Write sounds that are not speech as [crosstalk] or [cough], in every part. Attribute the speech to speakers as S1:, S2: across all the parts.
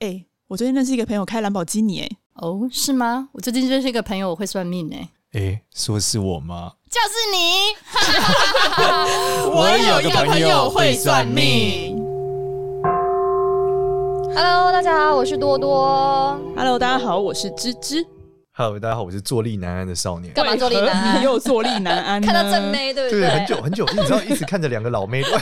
S1: 哎、我最近认识一个朋友开兰博基尼、哎，
S2: 哦，是吗？我最近认识一个朋友，我会算命哎、
S3: 诶，说是我吗？
S2: 就是你。
S3: 我有个朋友会算命。
S4: Hello，大家好，我是多多。
S1: Hello，大家好，我是芝芝。
S3: Hello，大家好，我是坐立难安的少年。
S4: 干嘛坐立难安
S1: 为何你又坐立难安呢？
S4: 看到正妹，对不
S3: 对，
S4: 对？
S3: 很久很久，你知道一直看着两个老妹， [laughs]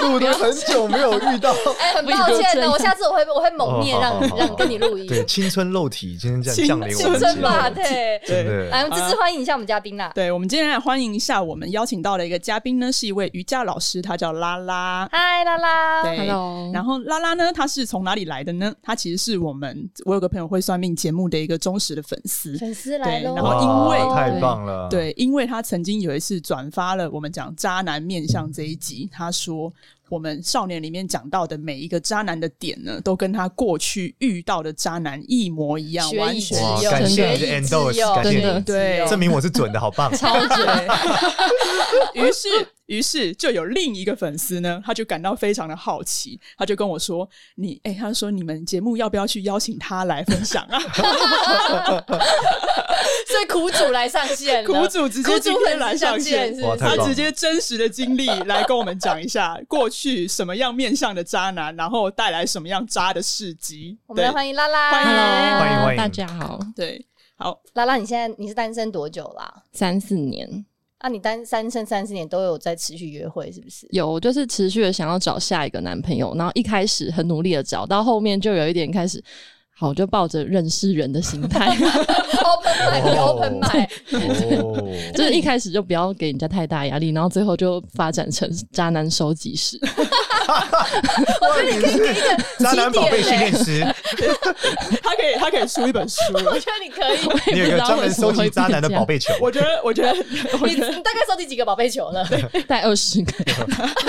S3: 录的很久没有遇到。
S4: 哎、很抱歉
S1: 不
S4: 的，
S1: 如
S4: 我下次我会我会猛念，
S3: 哦
S4: 让
S3: 好好好
S4: 让跟你录音， [laughs]
S3: 对，青春肉体今天这
S1: 青
S3: 样降临我
S1: 青
S3: 们
S1: 春
S3: 节
S4: 真
S3: 目
S4: 吧？对。
S1: 对。
S3: 真的
S4: 来，我们芝芝欢迎一下我们嘉宾啦。
S1: 对，我们今天来欢迎一下我们邀请到的一个嘉宾呢，是一位瑜伽老师，他叫拉拉。
S4: 嗨，啦啦，
S1: 对
S4: 嗯
S1: 然后拉拉呢，她是从哪里来的呢？她其实是我们我有个朋友会算命节目的一个忠实的粉丝。
S4: 粉丝
S1: 来
S4: 来
S1: 喽！
S4: 喽
S1: 然后因为
S3: 哇太棒了，，
S1: 对，因为他曾经有一次转发了我们讲渣男面相这一集，他说我们少年里面讲到的每一个渣男的点呢，都跟他过去遇到的渣男一模一样，
S4: 学
S1: 完
S4: 以致哦
S1: 全
S3: 哇
S4: 用，
S3: 感谢
S4: 学
S3: 你的
S4: 以致
S3: endorse，
S4: 用，
S3: 感谢你
S4: 学以致
S1: 对
S4: 用
S3: 证明我是准的，好棒。
S1: 超绝。 [laughs] 于是，于是就有另一个粉丝呢，他就感到非常的好奇，他就跟我说：“你，哎、他说你们节目要不要去邀请他来分享啊？”
S4: 所以苦主来上线
S1: [laughs]
S4: 了，
S2: [laughs]
S1: 苦主直接今天来上线
S4: 苦主粉丝上线是
S3: 哇
S4: 不是
S3: 太棒
S1: 他
S3: 了
S1: 直接真实的经历来跟我们讲一下 [laughs] 过去什么样面向的渣男，然后带来什么样渣的事迹。
S4: 我们
S1: 对
S4: 来欢迎啦啦，
S1: 欢迎
S3: 欢迎欢迎
S5: 大家好，
S1: 对，好，
S4: 啦啦，你现在你是单身多久啦？
S5: 三四年
S4: 啊，你单单身三四年都有在持续约会，是不
S3: [laughs]
S4: 是？
S5: 有就是持续的想要找下一个男朋友，然后一开始很努力的找，到后面就有一点开始，好就抱着认识人的心
S3: [laughs]
S5: 态，
S4: open 麦
S3: 哦
S4: ，open 麦，
S3: 哦，
S5: [laughs] 就是一开始就不要给人家太大压力，然后最后就发展成渣男收集室。
S3: [laughs]
S4: 我觉得你可以给一个
S3: 渣男宝贝训练师，
S1: 他可以，他可以出一本
S4: [laughs]
S1: 书。
S4: 我觉得你可以。
S3: [laughs] 你有一个专门收集渣男的宝贝球，
S1: 我觉得，我觉得，我
S4: [laughs] 你
S1: 觉得
S4: 你大概收集几个宝贝球了？
S5: 贝，带二十个，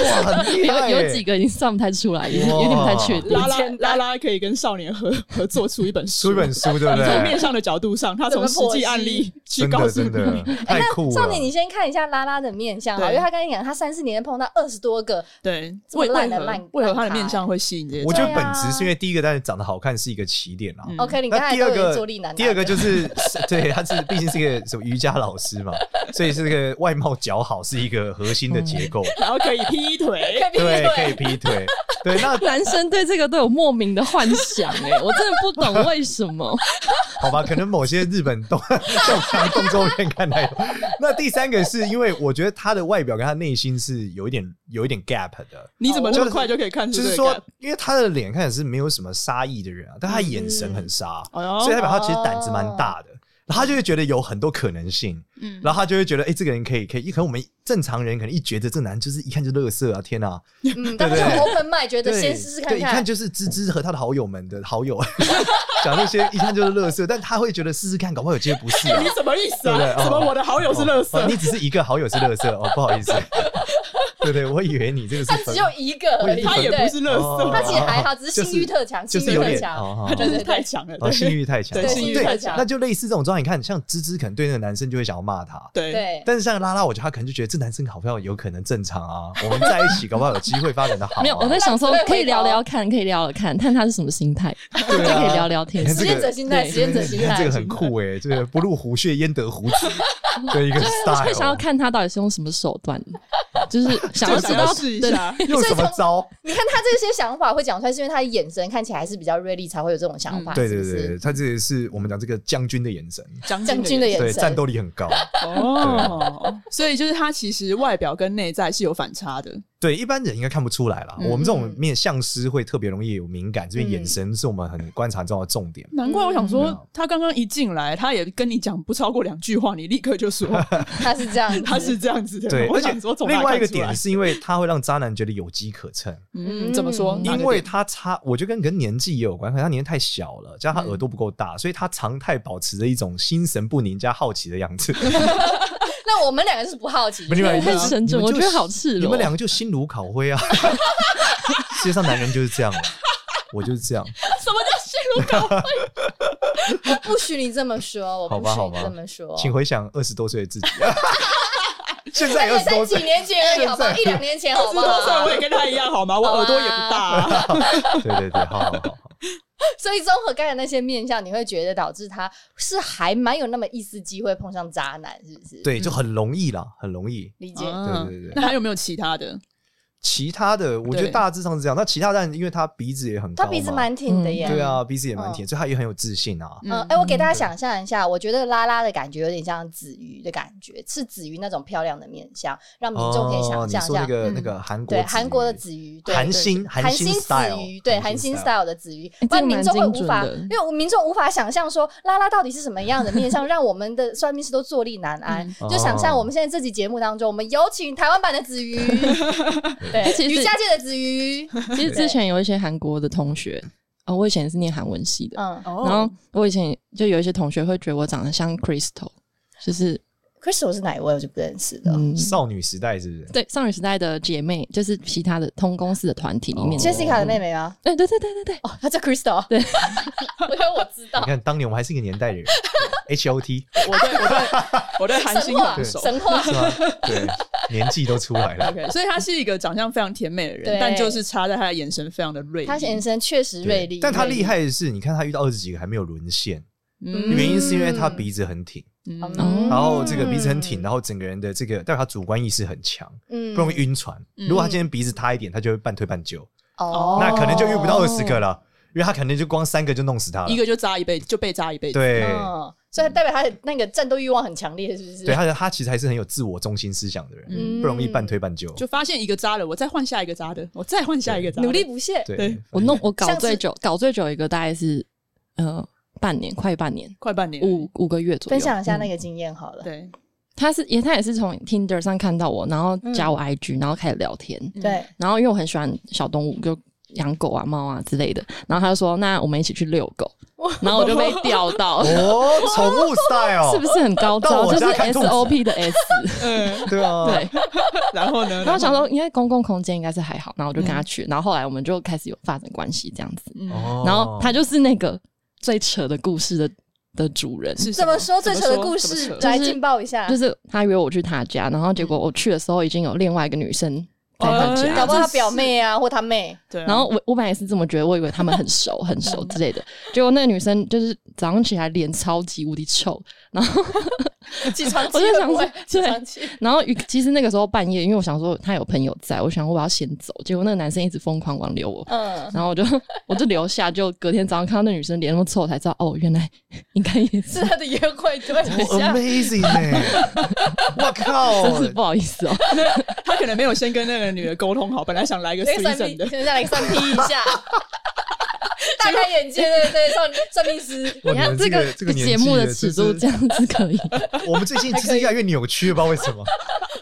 S3: 哇，很
S1: [laughs]
S3: 厉害
S5: 有
S3: 耶
S5: 有几个已经算不太出来，有点
S3: 哇
S5: 有点不太确定。
S1: 拉拉
S4: 简
S1: 拉
S4: 单
S1: 拉可以跟少年合合作出一本书，
S3: 出一本书，对不
S1: 从面
S3: 对？
S1: 上的角度上，他从实际案例去
S3: 真
S1: 告
S3: 的
S1: 诉
S3: 真
S1: 你。
S3: 的 [laughs] 太酷了。
S4: 哎少年，你先看一下拉拉的面相好，
S1: 对
S4: 因为他刚才讲他三四年碰到二十多个，
S1: 对，
S4: 这么
S1: 为为
S4: 烂的烂
S1: 何为何他的
S4: 烂咖
S1: 面相会吸引这些？
S3: 我觉得
S4: 对
S3: 本
S4: 啊
S3: 质是因为第一个，当然长得好看是一个起点啦。
S1: 嗯
S4: OK，你刚
S3: 那
S4: 才
S3: 第
S4: 都
S3: 二
S4: 有点
S3: 个
S4: 坐立难安，
S3: 第二个就是是对，他是毕竟是个什么瑜伽老师嘛，所以是个外貌姣好是一个核心的结构，
S1: 然后可以劈
S4: [laughs]
S1: 腿，
S3: 对，可以劈腿，对，那
S5: 男生对这个都有莫名的幻想、哎，我真的不懂为什么。
S3: 好吧，可能某些日本动动漫动作片看太多。那第三个是因为我觉得他的外表跟他内心是有一点有一点 gap 的，
S1: 你怎么那
S3: 就
S1: 么
S3: 是
S1: 快就可以
S4: 嗯
S1: 看出
S3: 就
S1: 这个
S3: 是
S1: gap？
S3: 说，因为他的脸看起来是没有什么杀意的人啊，但他眼神
S4: 嗯
S3: 很杀，
S4: 哦
S1: 哎呦
S3: 所以代表他其实胆子蛮大的。然后他就会觉得有很多可能性，
S1: 嗯
S3: 然后他就会觉得，哎、这个人可以，可以。可能我们正常人可能一觉得这男就是一看就乐色啊，天啊，
S4: 嗯，但是就
S3: 对
S4: open 麦，觉得
S3: 对，
S4: 先试试看
S3: 对，一看
S4: 看。
S3: 就是芝芝和他的好友们的好友 [laughs] 讲那些，一看就是乐色，但他会觉得试试看，搞不好有些不是、啊
S1: 你。什么意思
S3: 对不
S1: 啊？
S3: 对
S1: 什么我的好友是乐色
S3: 哦？你只是一个好友是乐色哦，不好意思。对对，我以为你这个是
S4: 他
S3: 分
S4: 只有一个而已，
S1: 他也不
S4: 对
S1: 是乐色，
S3: 哦
S4: 他其实还好，只是性欲特强，
S3: 就
S4: 性
S3: 是
S4: 欲
S3: 有
S4: 特
S3: 点，
S4: 强。
S3: 哦
S1: 他
S4: [laughs]
S3: 哦
S1: 真
S4: 对
S1: 的
S4: 对
S1: 是太强了，
S3: 哦，性
S1: 对
S3: 欲太强，
S1: 对
S3: 哦
S1: 性欲太强
S3: 那就类似这种状况，你看，像芝芝可能对那个男生就会想要骂他，
S1: 对
S4: 对，
S3: 但是像拉拉，我觉得他可能就觉得这男生好像有可能正常啊，我们在一起搞不好有机会发展的好、啊。
S5: 没有，我在
S3: [laughs]
S5: 想说
S4: 那只会
S5: 可以
S4: 回头
S5: 聊聊看，可以聊聊看，看他是什么心态，就
S3: 对啊
S5: 可以聊聊天
S3: 你。看
S4: 实
S3: 这个
S4: 验者心态，
S5: 对
S4: 实验者心
S3: 你看这
S4: 态
S3: 个。很酷哎、这个不入虎穴焉得虎子的一个
S5: 我
S3: style，
S5: 会想要
S3: [laughs]
S5: 看他到底是用什么手段， [laughs] 就是想
S1: 就
S5: 要
S1: 想
S5: 知
S1: 要
S5: 道
S1: 试一
S5: 对
S1: 下。
S3: 用什么招？
S4: 你看他这些想法会讲出来，是因为他的眼神看起来还是比较锐利，才会有这种
S1: 嗯
S4: 想法，
S3: 对
S4: 啊是
S3: 对
S4: 不
S3: 对，对
S4: 是？
S3: 他这个是我们讲这个将军的眼神，
S1: [laughs] 将
S4: 将军的眼
S3: 对，
S4: 神，
S3: 战斗力很高。
S1: 哦，所以就是他其实外表跟内在是有反差的，
S3: 对，一般人应该看不出来啦。
S5: 嗯
S3: 我们这种面相师会特别容易有敏感，所以
S4: 嗯
S3: 眼神是我们很观察很重要的重点。
S1: 难怪我想说
S3: 嗯
S1: 他刚刚一进来，他也跟你讲不超过两句话，你立刻
S3: [laughs]
S1: 就说
S4: 他是这样子，
S1: 他是这样子的。
S3: 对，
S1: 我
S3: 而且
S1: 想说从哪
S3: 另外一
S1: 看
S3: 个
S1: 出来
S3: 点，是因为它会让渣男觉得有机可乘，
S1: 嗯，怎么说？
S4: 嗯
S1: 哪个
S3: 因为
S1: 点
S3: 他差，我觉得跟跟年纪也有关，可能他年纪太小了，加上他耳朵不够大，所以他常态保持着一种心神不宁加好奇的样子。
S4: 那我们两个是不好奇，
S3: 不是你们
S5: 太深
S3: 你
S5: 圳，
S3: 们
S5: 我
S3: 就
S5: 觉得好赤裸。
S3: 你们两个就心如烤灰啊！ [laughs] 世界上男人就是这样，啊我就是这样。
S4: 什么叫心如稿会？
S3: [laughs]
S4: 我不许你这么说，我
S3: 好
S4: 不
S3: 吧
S4: 许
S3: 好吧
S4: 你这么说。
S3: 请回想二十多岁的自己，现在
S4: 大
S3: 二
S4: 概
S3: 十
S4: 在
S3: 多
S4: 几
S3: 岁，
S4: 年前而已，好不好？
S3: 现在
S4: 一两年前，
S1: 二
S4: 好
S1: 十
S4: 不
S1: 多岁
S4: 好
S1: 我？也跟他一样好吗？我
S4: 好啊
S1: 耳朵也不大啊，
S3: 对对对，好好好好，
S4: 所以综合刚才那些面相，你会觉得导致他是还蛮有那么一丝机会碰上渣男，是不是？，
S3: 对，就很容易啦，很容易。
S4: 理解。
S1: 啊
S3: 嗯对对对
S1: 那还有没有其他的？
S3: 其他的我觉得
S1: 对
S3: 大致上是这样，那其他当然因为他鼻子也很高
S4: 他
S3: 嘛，
S4: 鼻子蛮挺的耶。
S3: 对啊，鼻子也
S4: 嗯
S3: 蛮甜，所以他也很有自信啊。
S4: 嗯，哎、我给大家想象一下，我觉得拉拉的感觉有点像子瑜的感觉，是子瑜那种漂亮的面相，让民众嗯可以想
S3: 哦，你
S4: 象一
S3: 说
S4: 下。
S3: 那个
S4: 嗯
S3: 那个韩国
S4: 对
S3: 子
S4: 韩国的
S3: 瑜
S4: 子瑜，对
S3: 韩
S4: 对
S3: 星
S4: 对
S3: 韩
S4: 韩
S3: 星
S4: 星
S3: style，
S4: 子瑜，对
S3: 韩
S4: 韩
S3: 星
S4: 星
S3: style
S4: style 的子瑜
S5: 哎，
S4: 不然
S5: 这个
S4: 民众会
S5: 蛮
S4: 无
S5: 精
S4: 法，
S5: 准的
S4: 因为我民众无法想象说拉拉到底是什么样的面
S5: [laughs]
S4: 相，让我们的算命师都坐立难安。[laughs]
S5: 嗯
S4: 就想象
S3: 哦
S4: 我们现在这期节目当中，我们有请台湾版
S3: [laughs]
S4: 的子瑜，对，
S5: 其实
S4: 瑜伽界的子瑜，
S5: 其实之前有一些韩国的同学，哦，我以前也是念韩文系的，
S4: 嗯
S1: 哦
S5: 然后我以前就有一些同学会觉得我长得像 Crystal，就是
S4: ，Crystal 是哪一位我就不认识了。
S5: 嗯，
S3: 少女时代是不是？
S5: 对少女时代的姐妹，就是其他的同公司的团体里面的。
S4: Jessica 的妹妹吗？
S5: 对对对对对对，
S4: 哦，她叫 Crystal，对， [laughs] 我以为我知道
S3: 你。看当年我们还是一个年代的
S4: [laughs]
S3: 人，H O T
S1: 我对我对我对韩星
S4: 神话，
S1: 很熟。
S4: 神
S3: [laughs]
S4: 话， [laughs]
S3: 是吗？对，年纪都出来了。
S1: OK，所以他是一个长相非常甜美的人
S4: 对，
S1: 但就是差在他的眼神非常的锐利。
S4: 她眼神确实
S3: 对
S4: 锐利，
S3: 但他
S4: 锐利
S3: 厉害的是，你看他遇到二十几个还没有沦陷，
S1: 嗯
S3: 原因是因为他鼻子很挺，
S5: 嗯
S3: 然后这个鼻子很挺，然后整个人的这个，但他主观意识很强，
S4: 嗯
S3: 不容易晕船。如果他今天鼻子塌一点，他就会半推半就，
S4: 哦
S3: 那可能就遇不到二十个了，因为他可能就光三个就弄死他了
S1: 一。个就扎一辈子，就被扎一辈子。
S3: 对，
S4: 嗯，所以代表他的那个战斗欲望很强烈，是不是？
S3: 对，他他其实还是很有自我中心思想的人，
S4: 嗯
S3: 不容易半推半就。
S1: 就发现一个扎了，我再换下一个扎的，我再换下一个扎的，
S4: 努力不懈。
S3: 对
S1: 对，
S5: 我弄我搞
S4: 上次
S5: 最久，搞最久一个大概是呃半年，快半年，
S1: 快半年。
S5: 五五个月左右。
S4: 分享一下那
S5: 嗯
S4: 个经验好了。
S1: 对
S5: 他是也他也是从 Tinder 上看到我，然后
S3: 嗯
S5: 加我 IG，、然后开始聊天。
S4: 对，嗯
S5: 然后因为我很喜欢小动物，就养狗啊、猫啊之类的。然后他就说：“那我们一起去遛狗。”然后我就被钓
S3: [laughs]
S5: 到，
S3: 哦，宠
S5: [laughs]
S3: 物 style
S5: 是不是很高
S3: 到
S5: 招？
S3: 我
S5: 就是
S3: 家看
S5: S
S3: 兔子
S5: O P 的
S3: [laughs]
S5: S，
S1: 嗯，
S3: 对啊，
S5: 对。
S1: 然后呢？
S5: 然后想说，应该公共空间应该是还好，然后我就跟他去。然后后来我们就开始有发展关系这样子。
S1: 嗯，
S3: 嗯哦，
S5: 然后他就是那个最扯的故事的的主人，
S1: 是
S4: 怎么说最
S1: 怎
S4: 扯的故事
S1: 怎么扯
S4: 来
S5: 就是
S4: 劲爆一下？
S5: 就是他约我去他家，然后结
S3: 嗯
S5: 果我去的时候已经有另外一个女生在
S3: 哦
S5: 他
S1: 哎
S5: 家
S4: 搞。不好他表妹啊，或他妹，
S1: 对啊，
S5: 然后我我本来也是这么觉得，我以为他们很熟很熟之类的，结果那个女生就是早上起来脸超级无敌臭，然后
S4: [laughs] 起床气
S5: 我就
S4: 会
S5: 想
S4: 不
S5: 说
S4: 会？起
S5: 对
S4: 床气，
S5: 然后其实那个时候半夜，因为我想说他有朋友在，我想我要先走，结果那个男生一直疯狂挽留我，
S4: 嗯，
S5: 然后我就我就留下，就隔天早上看到那女生脸那么臭，我才知道哦，原来 [laughs] 应该也是
S4: 是他的约会对
S3: 哦
S4: 象。
S3: amazing 哎，我靠，
S5: [laughs] 真是不好意思哦。
S1: 他可能没有先跟那个女的沟通好，本来想来个
S4: 那个
S1: three n
S4: 算命，
S1: 的，
S4: 现在来个算 P 一 [laughs] 下，大开眼界，对对，算算命 [laughs] 师。
S3: 哇
S5: 你看
S3: 你们这个这
S5: 这
S3: 个
S5: 个
S3: 年
S5: 节
S3: 纪
S5: 目
S3: 了
S5: 的尺
S3: 就
S5: 度
S3: 是
S5: 这样子可以， [laughs]
S3: 我们最近其实越来越扭曲，不知道为什么。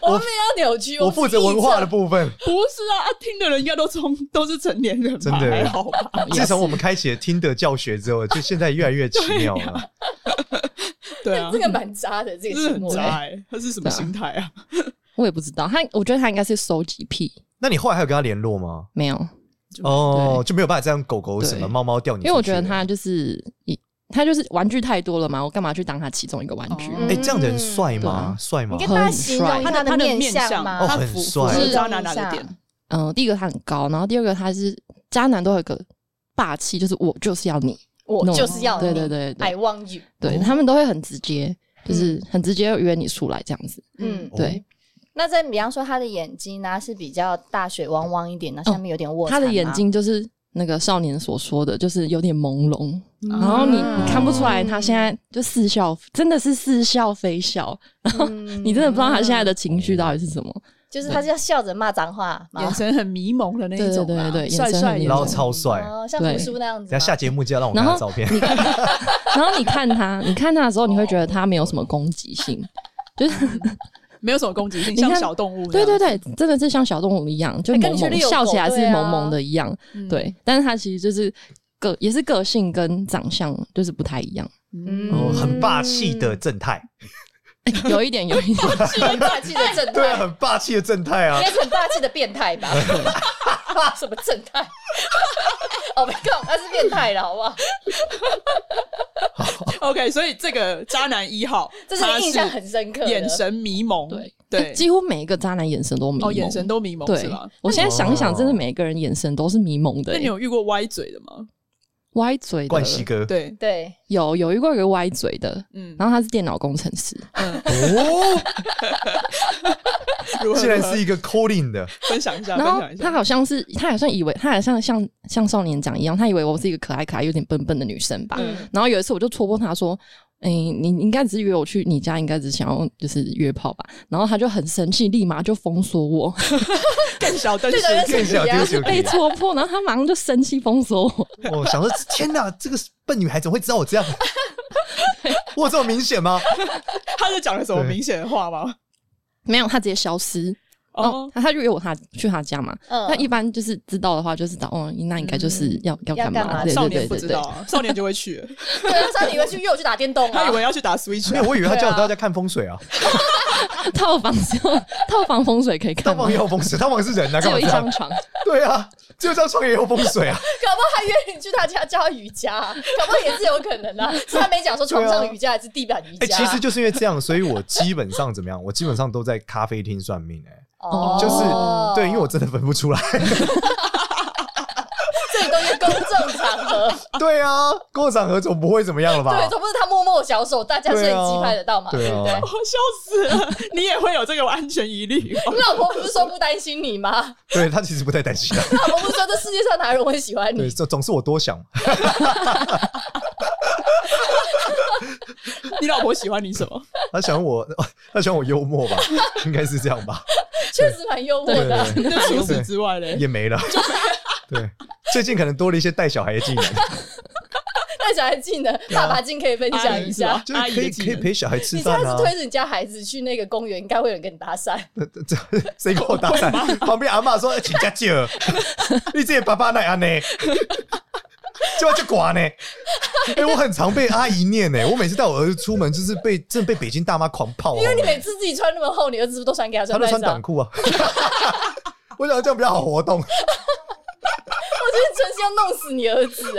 S4: 我们没有扭曲，
S3: 我负责文化的部分，
S1: 不是啊，啊听的人应该都从都是成年人吧，
S3: 真的
S1: 还好吧？
S3: [laughs] 自从我们开启了听的教学之后，就现在越来越
S5: [laughs]
S3: 奇妙了。
S1: 对啊
S4: 这，个蛮渣的，
S1: 这
S4: 这个
S1: 是
S4: 节
S1: 很
S4: 目。
S1: 渣哎，他是什么
S5: 对啊
S1: 心态啊？
S5: 我也不知道他，我觉得他应该是收集癖，
S3: 那你后来还有跟他联络吗？
S5: 没有，
S3: 哦，就没有办法再用狗狗什么
S5: 对
S3: 猫猫掉你出
S5: 因
S3: 去了，
S5: 为我觉得他就是一，他就是玩具太多了嘛，我干嘛去当他其中一个玩具？
S1: 哦
S3: 哎，这样的人帅吗？帅吗
S4: 你？跟大家
S5: 很
S4: 形
S5: 帅
S4: 容
S1: 他
S4: 嗯的
S1: 的
S4: 面
S1: 面
S4: 相
S3: 哦
S4: 吗？
S1: 他
S3: 很
S1: 符符
S3: 帅
S1: 合
S4: 是
S1: 渣男哪个点？
S5: 嗯、第一个他很高，然后第二个他是渣男都有一个霸气，就是我就是要你，
S4: 我
S5: 那
S4: 就
S5: 种
S4: 是要
S5: 对
S4: 你哎
S5: 对对对
S4: ，I want you。
S5: 对、他们都会很直接，就是很直接约你出来这样子。
S4: 嗯
S3: 哦，
S5: 对，
S4: 那再比方说他的眼睛呢是比较大水汪汪一点，那下面有点卧蚕
S5: 哦他
S4: 吗
S5: 的眼，睛就是那个少年所说的，就是有点朦胧，然后你
S1: 嗯
S5: 你看不出
S4: 啊
S5: 来他现在就似笑，真的是似笑非笑，
S4: 嗯
S5: 你真的不知道他现在的情绪到底是什么。
S4: [laughs] 就是他是要笑着骂脏话嘛，
S1: 哦眼神很迷蒙的那一种啊，
S5: 对对对对
S1: 帅
S5: 眼神
S1: 帅
S5: 很迷
S1: 的，
S5: 蒙
S3: 然后超帅。
S4: 哦，像
S5: 对
S4: 胡叔那样子
S3: 等下
S4: 吗。
S3: 下节目就要让我看他
S5: 然后
S3: 照片。
S5: 然后你看他，你看他的时候，你会觉得他没有什么攻击性，就是
S1: 没有什么攻击性，
S5: 你看
S1: 像小动物。
S5: 对对，对，真的是像小动物一样，就
S4: 哎跟
S5: 萌
S4: 你去
S5: 萌
S4: 遛狗
S5: 笑起来是
S4: 对啊
S5: 萌萌的一样，
S1: 嗯
S5: 对。但是它其实就是个也是个性跟长相就是不太一
S1: [laughs]
S5: 样，
S1: 嗯，
S3: 哦， [laughs] 很霸气的正太，
S5: 有一点有一点。
S4: 嗯是很霸气的
S3: [laughs]
S4: 正
S3: 对啊，
S4: 太，
S3: 很霸气的正太 [laughs] 啊
S4: 应该。是很霸气的变态吧？ [laughs] 什么正太？ [laughs] 哦，没看，他是变态了，好不好？
S1: OK，所以这个渣男一号，
S4: 这是印象很深刻
S1: 他
S4: 的
S1: 是眼神迷蒙，
S5: 对
S1: 对，
S5: [laughs] 几乎每一个渣男眼神都迷蒙，
S1: 哦，眼神都迷蒙是
S5: 对
S1: 吧。？
S5: 我现在想一
S3: 哦
S5: 想，真的每一个人眼神都是迷蒙的、
S1: 那你
S5: 欸。
S1: 有遇过歪嘴的吗？
S5: 歪嘴的，
S3: 冠希哥，
S1: 对，
S4: 对，
S5: 有有遇过一个歪嘴的，
S1: 嗯，
S5: 然后他是电脑工程师， [laughs]
S1: 嗯，
S3: 哦，
S1: 如何
S3: 竟然
S1: 如何
S3: 是一个 coding 的，
S1: 分享一下，分
S5: 然后
S1: 享一
S5: 他
S1: 下，
S5: 好像是他好像以为他好像像像少年讲一样，他以为我是一个可爱可爱有点笨笨的女生吧。
S1: 嗯
S5: 然后有一次我就戳破他说：“哎、你你应该只是约我去你家，应该只是想要就是约炮吧。”然后他就很生气，立马就封锁我，
S1: 更小灯
S4: 这个人
S1: 是
S3: 更小丢球
S5: 被
S3: 给
S5: 戳破，然后他马上就生气封锁我。
S3: 我想说，天哪，这个笨女孩怎么会知道我这样？我有这么明显吗？
S1: 他是讲了什么明显的话吗？
S5: 没有，他直接消失。哦
S1: 哦，，
S5: 他他就约我他去他家嘛。
S4: 嗯
S5: 那一般就是知道的话，就是找哦，那应该就是要、要
S4: 要
S5: 干
S4: 干
S5: 嘛？
S4: 嘛
S5: 对
S1: 哦少
S5: 对
S1: 年
S5: 对
S1: 不
S5: 对
S1: 知
S5: 对
S1: 道。啊，少年就会去
S5: [laughs]
S1: 了，
S4: 对啊，他以为去约我去打电动啊，
S1: 他以为要去打 Switch，
S3: 没
S1: 啊
S3: 有，我以为她叫我到家看风水啊，
S5: 套房就套房风水可以
S3: 当
S5: 看吗
S3: 网？也有风水，当网是
S5: [laughs]
S3: 人啊，
S5: 啊只
S3: 干嘛
S5: 有一
S3: 这样
S5: 张？床，
S3: 对啊，只有张床也有风水啊，
S4: 搞不好他约你去他家教他瑜伽、啊搞不好也是有可能
S3: [laughs]
S4: 的、啊。是他没讲说床上瑜伽还是地板瑜
S3: 哎、
S4: 伽、
S3: 其
S4: 啊
S3: 实就是因为这样，所以我基本上怎么样？我基本上都在咖啡厅算命、欸，
S4: 哦
S3: 就是对，因为我真的分不出来。
S4: 这里都是公众场合，
S3: [laughs] 对啊，工作场合总不会怎么样了吧
S4: 对，？总不是他摸摸我小手，大家摄影机拍得到嘛，
S3: 对
S4: 对
S3: 啊
S4: 不
S3: 对
S4: 对
S3: 啊？
S1: 我哦笑死了，你也会有这个安全疑虑哦
S4: [laughs] 你老婆不是说不担心你
S3: [laughs]
S4: 吗？
S3: 对他其实不太担心的，啊
S4: 老婆不是说这世界上哪有人会喜欢
S3: 对，
S4: 你？
S3: 总总是我多想。
S1: 你老婆喜欢你什
S4: [laughs]
S1: 么？
S3: 他喜欢我， [laughs] 他喜欢我幽默吧？应该是这样吧？
S4: 确实蛮幽默
S3: 对
S4: 的啊。
S3: 对，
S1: 那除此之外嘞，
S3: 也没了。对，最近可能多了一些带小孩的技能，
S4: 那小孩技能，
S3: 啊
S4: 爸爸竟可以分享一
S1: 阿姨是
S4: 下
S1: 吧。
S3: 哎就是啊
S1: 阿姨
S3: 可以
S1: 的技
S3: 可以
S1: 能
S3: 陪小孩吃
S4: 你
S3: 饭
S4: 下
S3: 啊
S4: 次。推着你家孩子去那个公园，应该会有人跟你搭讪。
S3: 这谁跟我搭
S4: [laughs]
S3: 讪？旁边阿嬷说：“哎请家姐，你这个爸爸那样呢？就要去管呢？”哎，我很常被阿姨念呢、我每次带我儿子出门，就是被真的被北京大妈狂泡、哦。
S4: 因为你每次自己穿那么厚，你儿子是不是都穿给他
S3: 他
S4: 穿
S3: 都
S4: 在
S3: 穿
S4: 上？
S3: 短裤
S4: [laughs]
S3: 啊。 [laughs] 我想这样比较好活动。
S4: 我真的真是要弄死你儿
S3: [laughs]
S4: 子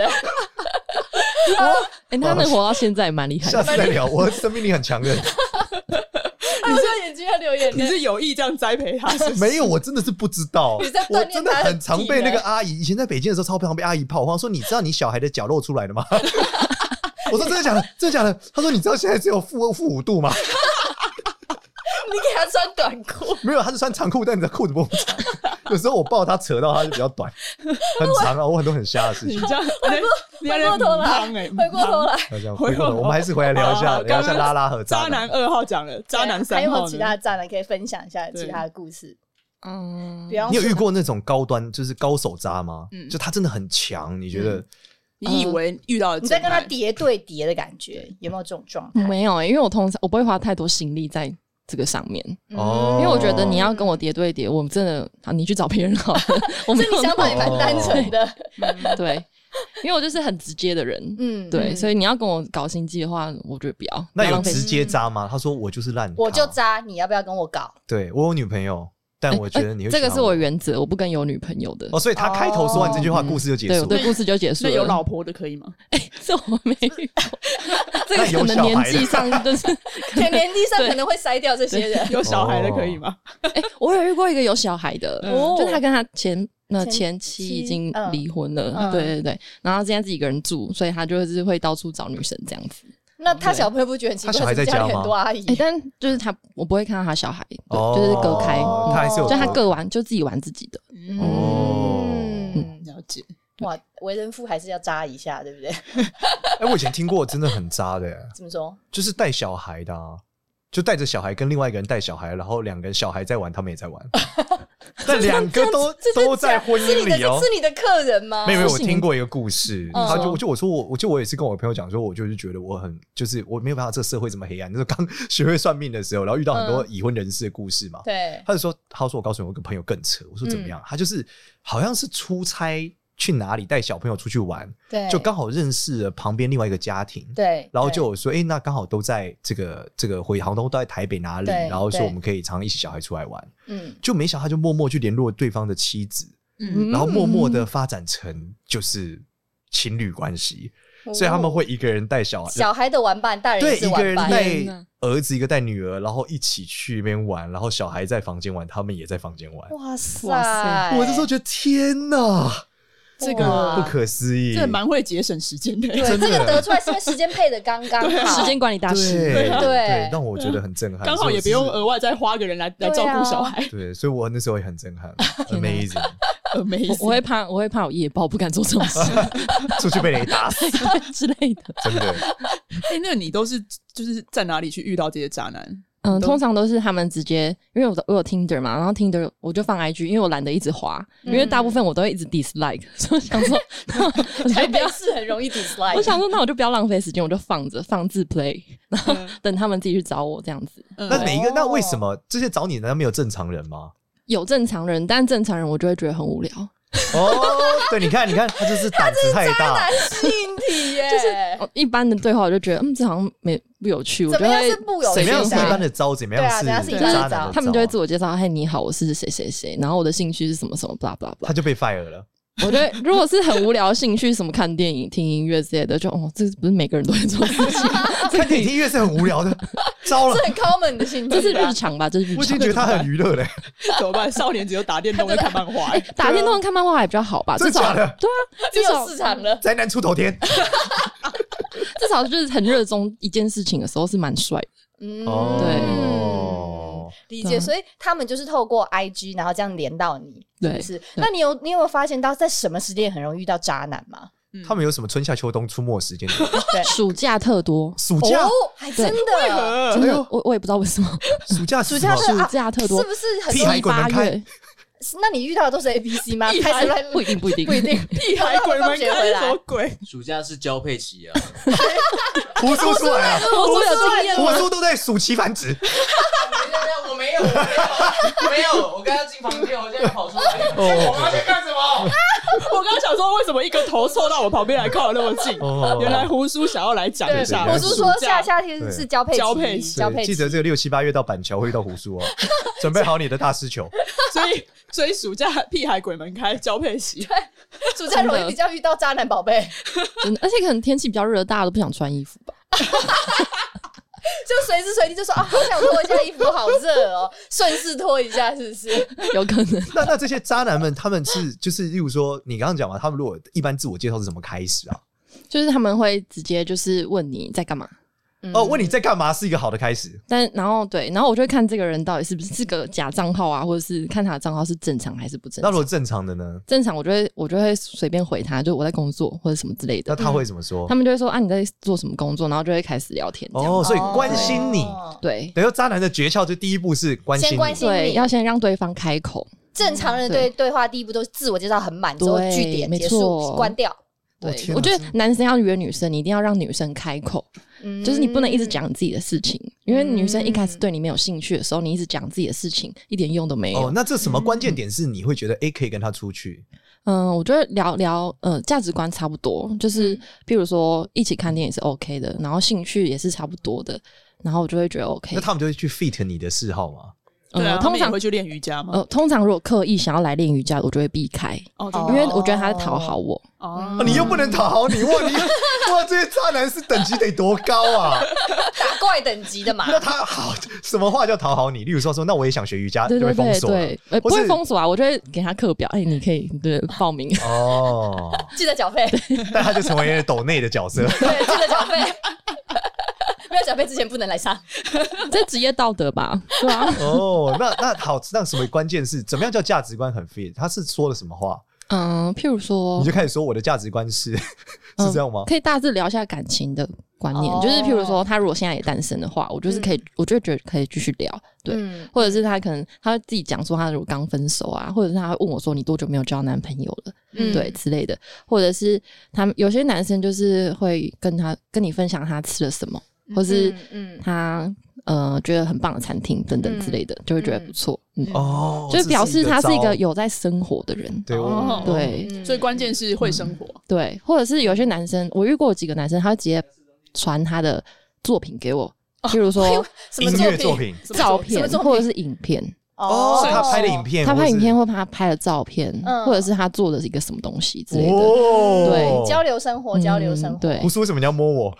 S4: 哎、
S5: 哎、他能活到现在蛮厉害
S3: 下
S5: 的。
S3: 次再聊，我生命力很强的。
S4: [laughs] 哎我现在眼睛要流眼
S1: 你
S4: 泪。
S1: 是有意这样栽培他，是不是
S3: [laughs] 没有，我真的是不知道
S4: 你在。锻
S3: 我
S4: 炼
S3: 真的
S4: 他的
S3: 很常被那个阿姨，以前在北京的时候超常被阿姨泡，我说你知道你小孩的脚露出来了吗？我说真的假的？真的假的？他说你知道现在只有负负五度吗？
S4: [laughs] 你给他穿短
S3: [laughs]
S4: 裤，
S3: 没有，他是穿长裤，但你的裤子不长。有时候我抱他扯到他就比较短，很长啊。我很多很瞎的事
S1: 你
S3: 情。
S1: [laughs] 这样，回
S4: 回过头来，
S1: 欸
S3: 嗯
S4: 回过头来，
S3: 那这样
S1: 回
S3: 回过头，
S1: 过头
S3: 我们还是回来聊一
S1: 好
S3: 下，
S1: 好
S3: 聊一下
S1: 刚刚
S3: 拉拉和
S1: 渣男
S3: 男。
S1: 二号讲了，渣男
S4: 还
S1: 三
S4: 有没
S1: 号
S4: 有其他
S1: 呢？
S4: 的渣男可以分享一下其他的故事？
S5: 嗯
S4: 比，方
S3: 你有
S4: 说
S3: 遇过那种高端就是高手渣吗？
S1: 嗯
S3: 就他真的很强，你觉得？
S1: 你以为遇到了
S4: 嗯你在
S1: 真
S4: 跟他
S1: 爱
S4: 叠对叠的感觉，有没有这种状态？
S5: 没有、欸，因为我通常我不会花太多心力在这个上面，
S4: 嗯
S3: 哦
S5: 嗯因为我觉得你
S4: 要，
S5: 要跟我叠对叠，我真的啊，你去找别人好了。我没
S4: 这
S5: 有
S4: 你想法也蛮单纯的。
S3: 哦
S5: 对，因为我就是很直接的人，
S4: 嗯，
S5: [laughs] 对，所
S4: 以
S5: 以你要跟我搞心机的话，我觉得不要。
S3: 那
S5: 不要
S3: 有
S5: 浪费
S3: 直接渣吗？他说我就是烂咖，
S4: 我就渣，你要不要跟我
S5: [laughs]
S4: 搞？
S3: 对我有女朋友，
S4: 哎
S3: 但我觉得你会
S5: 这个
S3: 喜欢
S5: 是我原则，我不跟有女朋友的。
S3: 哦，所以他开头说完这句
S4: 哦
S3: 话，
S5: 嗯
S3: 故事就结
S5: 对，
S3: 束
S5: 我对
S3: 了。
S5: 故事就结束
S1: 那
S5: 了。
S1: 有老婆的可以吗？
S5: 这我没遇过，这个
S3: 那有
S5: 可能
S3: 小
S5: 年
S3: 孩的
S5: 纪上就是，
S4: 可能年纪上
S5: 对
S4: 可能会筛掉这些人。
S1: 有小孩的可以吗？
S5: 哎、我有遇过一个有小孩的，
S1: 哦
S5: 就他跟他前那
S4: 前
S5: 前妻已
S4: 妻
S5: 经
S4: 嗯
S5: 离婚
S1: 嗯
S5: 了，对对对，然后现在自己一个人住，所以他就是会到处找女生这样子。
S4: 那他小朋友不觉得很奇怪？
S3: 他小孩在
S4: 怎么家
S3: 家
S4: 里
S3: 吗
S4: 很多阿姨
S5: 哎、，但就是他，我不会看到他小孩，对
S3: 哦，
S5: 就是隔开，嗯
S3: 他还是有
S5: 就他各玩，就自己玩自己的。
S3: 哦
S4: 嗯，
S1: 了解，
S4: 哇，为人父还是要渣一下，对不对？
S3: 哎，我以前听过真的很渣的，欸
S4: 怎么说？
S3: 就是带小孩的啊，就带着小孩跟另外一个人带小孩，然后两个人小孩在玩，他们也在
S4: [laughs]
S3: 玩，但两个都
S4: 这
S3: 都在婚
S4: 是你
S3: 姻
S4: 的
S3: 里哦。
S4: 是你的客人吗？
S3: 没有没有，
S5: 不
S3: 我
S5: 行
S3: 听过一个故事，
S4: 嗯
S3: 他就我就我说我我就我也是跟我朋友讲说，我就是觉得我很就是我没有办法，这个社会这么黑暗。那时候刚 [laughs] 学会算命的时候，然后遇到很
S4: 嗯
S3: 多已婚人士的故事嘛，
S4: 对，
S3: 他就说他说我告诉你，我有个朋友更扯，我说怎么
S4: 嗯
S3: 样？他就是好像是出差去哪里带小朋友出去玩，
S4: 对，
S3: 就刚好认识了旁边另外一个家庭，
S4: 对，
S3: 然后
S4: 对
S3: 就有说，哎、那刚好都在这个这个回航通都在台北哪里，
S4: 对
S3: 然后说
S4: 对
S3: 我们可以常常一起小孩出来玩，
S4: 嗯，
S3: 就没想到他就默默去联络对方的妻子，
S1: 嗯
S3: 然后默默的发展成就是情侣关系，
S4: 哦
S3: 所以他们会一个人带小孩，
S4: 小孩的玩伴，大人
S3: 对
S4: 也是
S3: 一个
S4: 玩
S3: 人
S4: 伴，
S5: 天
S3: 带
S5: 哪
S3: 儿子，一个带女儿，然后一起去那边玩，然后小孩在房间玩，他们也在房间玩。
S4: 哇塞！
S5: 哇塞
S3: 我这时候觉得天哪，
S1: 这个
S4: 哇
S3: 不可思议，
S1: 这蛮会节省时间的。
S4: 对，
S3: 真的
S4: 这个得出来是因为时间配的刚刚好，
S5: 时间管理大师，
S3: 对
S4: 对
S3: 让我觉得很震撼，
S1: [laughs] 刚好
S3: 所以
S1: 也
S3: 我
S1: 不用呃
S3: 是
S1: 额外再花个人来来照
S4: 啊
S1: 顾小孩，
S3: 对，所以我那时候也很震撼，amazing，
S1: 呃，没
S5: 我我会怕，我会怕我夜报不敢做这种 [laughs] 事
S3: 出去被雷打死，
S5: 之类的。
S3: 真的。
S1: 哎，那你都是就是在哪里去遇到这些渣
S4: [laughs]
S1: 男？
S5: 嗯，
S1: 都
S5: 通常都是他们直接，因为我的我有 Tinder 嘛，然后 Tinder 我就放 IG，因为我懒得一直滑，因为大部分我都会一直 dislike，所以我想 [laughs] 说，我
S4: 台
S5: 就嗯不
S4: 北
S5: 要，
S4: 市很容易 dislike。
S5: 我想说那我就不要浪费时间，我就放着放自 play，然后等他们自己去找我这样子。
S1: 嗯
S3: 那每一个，那为什么这些找你的难道没有正常人吗？
S5: 有正常人，但正常人我就会觉得很无聊，
S3: 哦，对，你看，你看，他就是胆子太大，
S4: 性体 [laughs] 耶，
S5: 哦一般的对话我就觉得，嗯，这好像没不有趣，我
S4: 怎
S5: 就
S4: 么样
S5: 会
S4: 是不有
S3: 怎么样
S4: 趣
S3: 是
S5: 谁
S3: 一般
S4: 的？啊
S3: 的招，怎么
S4: 对
S3: 样
S4: 啊
S3: 是
S4: 怎样是一
S5: 般的
S3: 渣男
S4: 招
S3: 的
S5: 他们就会自
S3: 招
S5: 我介绍，嘿，你好，我是谁谁谁，然后我的兴趣是什么什么，blah blah
S3: 他
S5: blah。
S3: 就被 fire 了。
S5: 我觉得如果是很无聊的兴趣，什么看电影、听音乐之类的，就哦，这不是每个人都会做的事情，
S3: [laughs] 看电影听音乐是很无聊的，糟了
S4: 这，很 common 的性
S5: [laughs] 这
S4: 体
S5: 是
S4: 吧
S5: 日，常吧？这是日常。
S3: 我已经觉得他很娱乐嘞，
S1: 怎么办？少年只有打电
S4: [laughs]
S1: 动跟
S4: 啊
S1: 看漫画，哎
S5: 打电动看漫画还比较好吧？
S3: 真
S5: 至
S3: 的假
S5: 少
S3: 的？
S4: 这
S5: 至
S4: 有
S5: 少
S4: 市场了。
S3: 宅男出头天
S5: 至少就是很热衷一件事情的时候是蛮帅的。
S4: 嗯，
S3: 哦，
S4: 理
S5: 啊
S4: 解。所以他们就是透过 IG，然后这样连到你，是不
S5: 对
S4: 是？那你有你有没有发现到在什么时间很容易遇到渣男吗？
S3: 他们有什么春夏秋冬出没时
S4: [laughs]
S3: 间点？
S4: 对，
S5: 暑假特多，
S3: 暑假
S4: 哦，，还真的，
S5: 真
S3: 哎
S5: 的
S3: 呦，
S5: 我我也不知道为什么
S3: 暑假
S4: 暑
S3: 暑
S4: 假是
S5: 暑假特多
S4: 啊是不是很
S3: 屁
S4: 多？
S3: 孩
S5: 七
S3: 鬼门
S5: 八
S3: 开
S5: 月
S4: 那你遇到的都是 A B C 吗？啊开始乱
S5: 不一定不一定
S4: 不一定，
S1: 屁孩
S4: [laughs]
S1: 鬼门
S4: 学
S1: 开
S4: 回
S1: 是什
S4: 来
S1: 么。鬼？
S6: 暑假是交配期啊，
S3: 胡叔出来了，
S5: 我我有经验
S3: 胡叔都在暑期繁殖。
S6: 我没有，我没有，没有，我刚刚进房间，我现在跑出来，我要去干什么？
S1: [laughs] 我刚想说，为什么一个头凑到我旁边来靠得那么近？
S3: 哦
S1: 原来胡叔想要来讲一下，
S3: 对
S4: 我
S3: 对
S4: 是说夏
S1: 暑假
S4: 夏天是交配期
S1: 啊交配期
S4: [laughs] 交配
S3: 对，
S4: 期
S3: 记得这个六七八月到板桥会遇到胡叔哦， [laughs] 准备好你的大师球。
S1: 所以所以暑假屁孩鬼门开交配期，
S4: 暑假容易比较遇到渣男宝贝，
S5: 真的，而且可能天气比较热，大家都不想穿衣服吧。
S4: 就随时随地就说啊，好想脱一下衣服，好热哦，
S1: [laughs]
S4: 顺势脱一下，是不是？
S5: 有可能。 [laughs]
S3: 那那这些渣男们，他们是就是，例如说你刚刚讲嘛，他们如果一般自我介绍是怎么开始啊？
S5: 就是他们会直接就是问你在干嘛，
S4: 嗯
S3: 哦，问你在干嘛是一个好的开始。
S5: 但然后对，然后我就会看这个人到底是不是是个假账号啊，或者是看他的账号是正常还是不正
S3: 那如
S5: 常。
S3: 果正常的呢？
S5: 正常我就会我就会随便回他，就我在工作或者什么之类
S3: 那
S5: 的。
S3: 他会怎么说
S5: 他？们就会说啊你在做什么工作，然后就会开始聊天这样。
S3: 哦，所以关心你。
S4: 哦
S5: 对
S3: 等于说渣男的诀窍就第一步是关心
S4: 先
S3: 你，
S4: 关心
S5: 对，
S4: 你
S5: 要先让对方开口。
S3: 哦
S4: 正常人对对话第一步都是自我介绍很满之后
S5: 对
S4: 据点
S5: 没
S4: 结束
S5: 错
S4: 关掉，
S3: 哦
S5: 对，
S3: 天哪
S5: 我觉得男生要约女生，你一定要让女生开口，
S4: 嗯
S5: 就是你不能一直。讲自己的事情，因为女生一开始对你没有兴趣的时候，你一直讲自己的事情，一点用都没有。
S3: 哦，那这什么关键点是你会觉得诶可以跟他出去？
S5: 嗯，我觉得聊聊，呃，价值观差不多，就是比如说一起看电影是 OK 的，然后兴趣也是差不多的，然后我就会觉得 OK
S3: 那。他们就会去 fit 你的嗜好吗？
S1: 对啊，
S5: 嗯，
S1: 他们
S5: 通
S1: 也
S5: 常
S1: 会去练瑜伽吗？
S5: 呃，通常如果刻意想要来练瑜伽，我就会避开，
S1: 哦，
S4: 哦
S5: 因为我觉得他在讨好我。
S1: 哦
S5: 嗯
S3: 啊，你又不能讨好你
S5: [laughs]
S3: 哇，你哇，这些渣男是等级得多高啊？
S4: 打怪等级的嘛，
S3: 那他好什么话叫讨好你？例如说说，那我也想学瑜伽，
S5: 对
S3: 哦就
S5: 对
S3: 被封
S5: 对
S3: 锁了
S5: 对，呃，
S3: 或
S5: 不
S3: 是
S5: 会封锁啊，我就会给他课表，哎、你可以对报名。 [laughs]
S3: 哦，
S4: 记得缴费，
S3: 但他就成为了抖内的角
S5: [laughs]
S3: 色。
S4: 对，记得缴费。 [laughs] 没有缴费之前不能来上，
S5: 这职业道德吧，对啊， [laughs]
S3: 哦，那那好，那什么关键是怎么样叫价值观很 fit？他是说了什么话？
S5: 嗯，譬如说
S3: 你就，开始说我的价值观是是
S5: 嗯
S3: 这样吗？
S5: 可以大致聊一下感情的观念，
S4: 哦
S5: 就是譬如说，他如果现在也单身的话，我就是可以，我就会觉得可以继续聊，对，
S4: 嗯
S5: 或者是他可能他会自己讲说他如果刚分手啊，或者是他会问我说你多久没有交男朋友了，
S4: 嗯
S5: 对之类的，或者是他们有些男生就是会跟他跟你分享他吃了什么，或是
S4: 嗯嗯
S5: 他呃觉得很棒的餐厅等等之类的，就会觉得不错，嗯，
S3: 哦，
S5: 就是表示他是一个
S3: 有
S5: 有在生活的人，
S3: 对
S1: 哦
S3: 我
S5: 对
S4: 嗯
S1: 所以关键是会生活，
S5: 对，或者是有些男生，我遇过几个男生，他会直接传他的作品给我，譬如说
S4: [laughs] 哎呦什么
S3: 音乐作？品
S1: 什么
S5: [laughs] 照
S1: 作
S5: 片
S4: 什么作
S3: [laughs]
S4: 品
S5: 或者是影片，
S3: 哦，他拍的影，片，
S5: 他
S3: 或
S5: 拍
S3: 是
S5: 影片，或他拍的照片，
S4: 嗯
S5: 或者是他做的一个什么东西之类的。
S3: 哦，
S5: 对
S4: 交流生活，
S5: 嗯
S4: 交流生活，
S5: 对
S3: 胡，叔为什么你要摸我？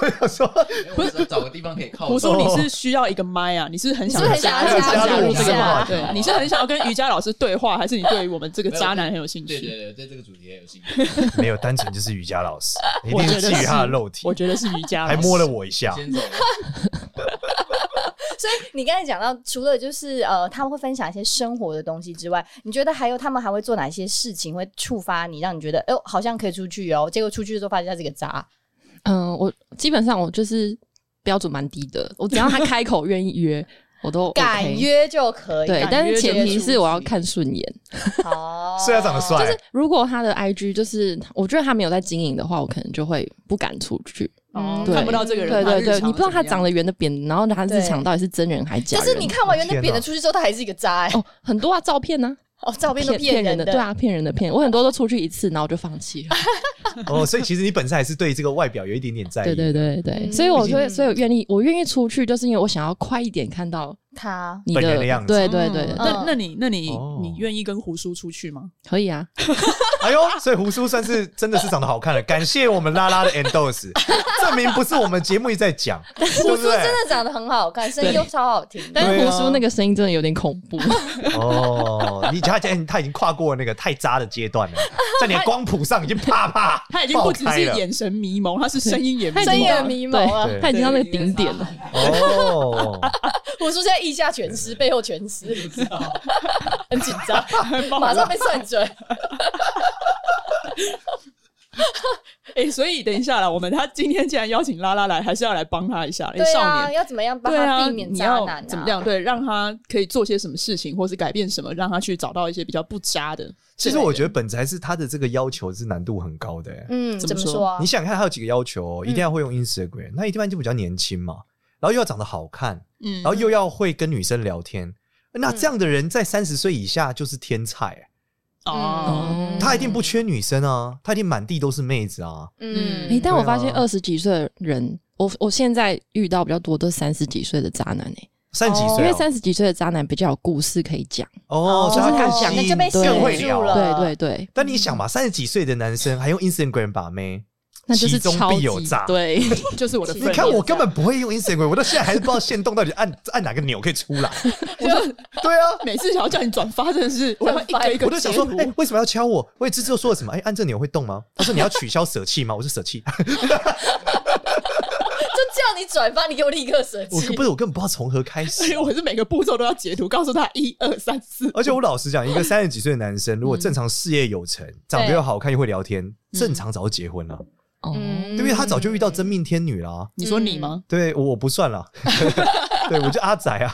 S3: 我想说，
S6: 我只能找个地方可以靠。
S1: 胡说你是需要一个麦啊？你是不是很想
S4: 你是不是很想
S1: 加
S4: 要
S1: 入这个
S4: 加
S1: 话
S4: 入
S1: 题？对，你是很想要跟瑜伽老师对话，还是你对于我们这个渣男很有兴
S6: 对对
S1: 趣？
S6: 对，对这个主题也有兴趣。
S3: 没有，单纯就是瑜伽老
S1: [laughs]
S3: 师，一
S1: 我
S3: 定
S1: 觉
S3: 是
S1: 得
S3: 觊觎
S1: 是
S3: 他的肉体
S1: 我，觉得是瑜伽老
S3: 还
S1: 师，
S3: 摸了我一下。
S6: 先走了，
S4: 所以你刚才讲到，除了就是呃，他们会分享一些生活的东西之外，你觉得还有他们还会做哪些事情会触发你，让你觉得哎、呦好像可以出去哦？结果出去之后发现他是个渣，
S5: 嗯，我基本上我就是标准蛮低的，我只要他开口愿意约，我都
S4: [laughs]
S5: OK
S4: 敢。约就可以。
S5: 对，
S4: 敢
S5: 但
S4: 约
S5: 是
S4: 就
S5: 前提
S4: 出
S5: 是我要
S4: 去
S5: 看顺眼。 [laughs]
S4: 哦，
S3: [laughs] 虽然长得帅，
S5: 如果他的 IG 就是我觉得他没有在经营的话，我可能就会不敢出去。
S1: 哦，
S5: 对
S1: 看不到这个人，
S5: 对对对，
S1: 他
S5: 你不知道他长
S1: 得
S5: 得圆的扁的，然后他日常
S4: 对
S5: 到底是真人还是假
S4: 就
S5: 人？
S4: 是你看完原
S3: 天哪
S4: 来扁的出去之后，他还是一个渣、哎
S5: 哦，很多啊，照片 [laughs] 呢、
S4: 哦，照
S5: 啊，
S4: 片都
S5: 骗
S4: 人
S5: 人的，对，啊，骗人的骗。我很多都出去一次，然后我就放弃了。
S3: 哦，所以其实你本身还是对这个外表有一点点在意。
S5: 对对对对，
S4: 嗯
S5: 所以我就会，
S4: 嗯
S5: 所以我愿意，我愿意出去，就是因为我想要快一点看到
S4: 他
S5: 你
S3: 本人
S5: 的
S3: 的样子
S5: 对对对，
S1: 怎
S5: 对
S1: 么样。那
S4: 嗯
S1: 那你那你
S3: 哦
S1: 你愿意跟胡叔出去吗？
S5: 可以啊，
S3: 哎呦，所以胡叔算是真的是长得好看了，感谢我们拉拉的 endorse，证明不是我们节目一直在讲，对
S4: 胡
S3: 不
S4: 叔
S3: 对？
S4: 真的长得很好看，声音又超好听。
S5: 但是
S3: 对啊
S5: 胡叔那个声音真的有点恐怖， [laughs]
S3: 哦，你他他他已经跨过那个太渣的阶段了，在你的光谱上已经啪啪，
S1: 他已经不只
S3: 爆开
S1: 是
S3: 了
S1: 眼神迷 [laughs] 蒙，他是声音也迷
S5: 他已
S1: 蒙
S4: 深
S5: 经
S4: 夜
S5: 到
S4: 迷蒙啊
S5: 对
S3: 对
S5: 他已经 [laughs] 到那个顶点了。
S3: 哦，
S4: 胡叔现在腋下全湿，背后全湿，很紧张，马上被算准。
S1: [laughs] 哎、所以等一下啦，我们他今天既然邀请拉拉来，还是要来帮他一下，欸
S4: 对
S1: 少
S4: 啊，
S1: 年。
S4: 要怎么样帮
S1: 对啊，
S4: 他避免
S1: 你
S4: 渣
S1: 要
S4: 男、啊？
S1: 怎么？样？对，让他可以做些什么事情，或是改变什么，让他去找到一些比较不渣的。
S3: 其实我觉得本质还是他的这个要求是难度很高的、欸。
S4: 嗯，
S1: 怎
S4: 怎
S1: 么
S4: 么
S1: 说
S4: 说啊
S3: 你？想看他有几个要求、哦，一定要会用 Instagram，、那一定就比较年轻嘛，然后又要长得好看，
S1: 嗯
S3: 然后又要会跟女生聊天。那这样的人在三十岁以下就是天才、欸
S1: 哦，
S4: 嗯
S5: 哦，
S3: 他一定不缺女生啊，他一定满地都是妹子啊。
S1: 嗯
S5: 诶哎但我发现
S3: 对啊
S5: 二十几岁的人，我我现在遇到比较多都是三十几岁的渣男诶、
S3: 三十几岁啊、
S5: 因为三十几岁的渣男比较有故事可以讲。
S3: 哦，所以他更
S5: 想
S3: 吸
S4: 那
S3: 引
S4: 就被吸
S5: 对
S4: 引
S3: 更会
S4: 住
S3: 聊
S4: 了。
S5: 对对对，
S3: 但你想嘛，三十几岁的男生还用 Instagram 把妹，
S5: 那就是
S3: 其中
S5: 超
S3: 必
S5: 级
S3: 有诈。
S5: 对，
S1: 就是我的 friend。
S3: 你看我根本不会用 Instagram，我到现在还是不知道限动到底按 [laughs] 按哪个钮可以出
S4: [laughs]
S3: 来。
S1: 我就
S3: 对啊，
S1: [laughs] 每次想要叫你转发，真的是我要一个一个
S3: 我就想说
S1: 截， [laughs]
S3: 哎、
S1: 图
S3: 为什么要敲我？我也知道说了什么，哎、按这钮会动吗？他说你要取消舍弃吗？我说舍
S4: [laughs]
S3: 弃，哎
S4: 就叫你转发，你给我立刻舍
S3: 我
S4: 弃。
S3: 不是我根本不知道从何开始
S1: 所
S4: 哎
S1: 以。我是每个步骤都要截图，告诉他一二三四。
S3: 而且我老实讲，一个三十几岁的男生，
S4: 嗯
S3: 如果正常事业有成，长得又好看又会聊天，正常早就结婚了，
S5: 哦，
S4: 嗯，
S3: 对因为他早就遇到真命天女了啊。
S1: 你说你吗？
S3: 对我我不算
S4: [laughs]
S3: 了，对我就阿仔啊。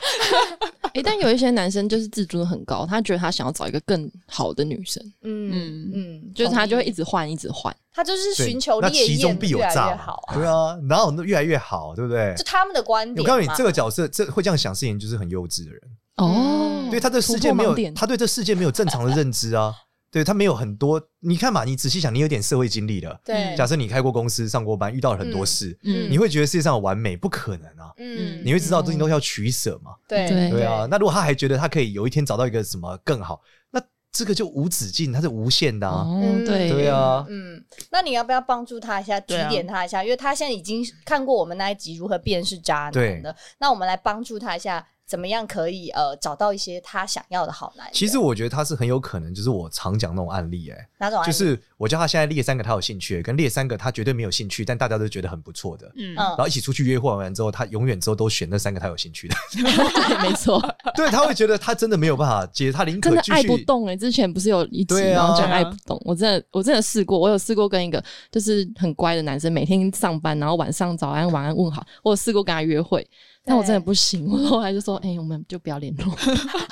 S5: 诶，但有一些男生就是自尊很高，他觉得他想要找一个更好的女生，
S4: 嗯
S1: 嗯
S4: 嗯，
S5: 就是他就会
S4: 同
S5: 一
S4: 意
S5: 直换，一直换。
S4: 他就是
S3: 对
S4: 寻求
S3: 那
S4: 烈焰，
S3: 其中必有
S4: 越来
S3: 诈
S4: 越
S3: 嘛
S4: 好啊。
S3: 对啊，哪有那越来越好，对不对
S4: 就？他们的观
S3: 我
S4: 点嘛。
S3: 告诉你，这个角色这会这样想事情，就是很幼稚的人，
S5: 哦
S4: 嗯
S3: 因为他对世界没
S5: 突破
S3: 有
S5: 盲，点
S3: 他对这世界没有正常的认知啊，对他没有很多。你看嘛，你仔细想，你有点社会经历了。
S4: 对，
S3: 假设你开过公司、上过班，遇到了很多事，
S1: 嗯
S3: 你会觉得世界上有完美，不可能啊！
S4: 嗯，
S3: 你会知道这些东西要取舍嘛？
S4: 对
S5: 对
S3: 对啊，，那如果他还觉得他可以有一天找到一个什么更好，那这个就无止境，它是无限的啊。
S5: 哦
S4: 嗯，
S5: 对
S3: 对啊，
S4: 嗯，那你要不要帮助他一下，指
S1: 对啊
S4: 点他一下？因为他现在已经看过我们那一集如何辨识渣
S3: 对
S4: 男的，那我们来帮助他一下，怎么样可以呃找到一些他想要的好男人？
S3: 其实我觉得他是很有可能，就是我常讲那种案例、欸，
S4: 哪种案
S3: 就
S4: 例
S3: 是我叫他现在列三个他有兴趣的，跟列三个他绝对没有兴趣，但大家都觉得很不错的。
S1: 嗯，
S4: 嗯
S3: 然后一起出去约会完之后，他永远之后都选那三个他有兴趣的， [laughs]
S5: 对， [laughs] 没错，
S3: 对他会觉得他真的没有办法接，他宁可
S5: 真的
S3: 继
S5: 爱不
S3: 续
S5: 动哎、之前不是有一集，
S3: 对啊
S5: 然后讲爱不动，我真的我真的试过，我有试过跟一个就是很乖的男生，每天上班，然后晚上早安晚安问好，我有试过跟他约会，但我真的不行，我后来就说，哎、我们就不要联络，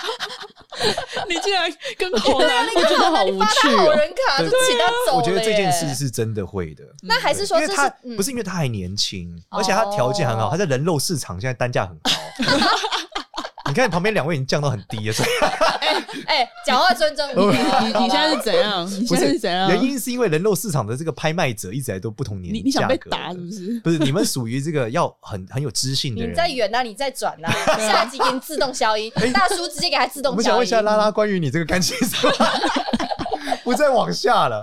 S1: [laughs] 你竟然跟好男
S5: 我觉得好无趣
S4: 他
S5: 哦、
S4: 啊好人卡就
S3: 对
S4: 请他走了
S3: 我觉得这件事
S4: 耶
S3: 是真的会的，
S4: 那还是说
S3: 因
S4: 这
S3: 为
S4: 是
S3: 他
S4: 嗯
S3: 不是因为他还年轻，而且他条件很好，
S4: 哦
S3: 他在人肉市场现在单价很高。 [laughs] 你看旁边两位已经降到很低了，所以
S4: 哎，讲话尊重一点哦。
S1: 你你现
S3: 啊
S1: 在是怎样？你
S3: 不
S1: 现在是怎样？
S3: 原因是因为人肉市场的这个拍卖者一直来都不同年
S1: 嗯你
S3: 龄
S1: 你想被
S3: 价格
S1: 打
S3: 的
S1: 是不是？
S3: 不是你们属于这个要很很有知性的
S4: 你
S3: 人。
S4: 再远啊，你再转
S3: [laughs]
S4: 啊，下集给你自动消音，大叔直接给他自
S3: 哎我
S4: 动
S3: 们想
S4: 消
S3: 问一
S4: 音。
S3: 下拉拉，关于你这个感情
S4: [laughs]
S3: 生活，不再往下了。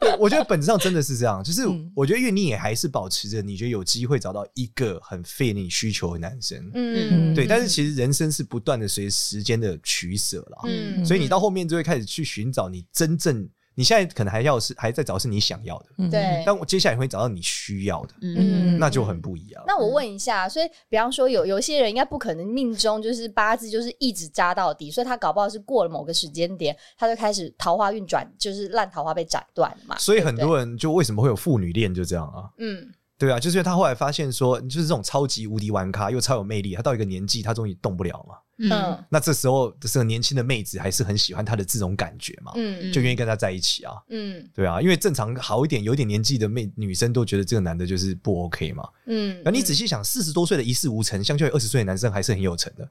S3: 对，我觉得本质上真的是这样，就是
S5: 嗯
S3: 我觉得因为你也还是保持着你觉得有机会找到一个很 fit 你需求的男生，
S4: 嗯，
S3: 对。但是其实人生是不断的随时间的取舍啦，
S4: 嗯
S3: 所以你到后面就会开始去寻找你真正你现在可能还要是还在找是你想要的，
S5: 嗯
S4: 对。
S3: 但我接下来会找到你需要的，
S1: 嗯，
S3: 那就很不一样。
S4: 那我问一下，所以比方说有有些人应该不可能命中就是八字就是一直扎到底，所以他搞不好是过了某个时间点，他就开始桃花运转，就是烂桃花被斩断了嘛。
S3: 所以
S4: 对不
S3: 很
S4: 对
S3: 多人就为什么会有父女恋就这样啊？
S4: 嗯
S3: 对啊，就是因为他后来发现说，就是这种超级无敌玩咖又超有魅力，他到一个年纪他终于动不了嘛。
S4: 嗯
S3: 那这时候这个年轻的妹子还是很喜欢他的这种感觉嘛，
S4: 嗯
S3: 就愿意跟他在一起啊。
S4: 嗯
S3: 对啊，因为正常好一点、有一点年纪的妹女生都觉得这个男的就是不 OK 嘛。
S4: 嗯
S3: 那你仔细想，四十多岁的一事无成，相较于二十岁的男生还是很有成的。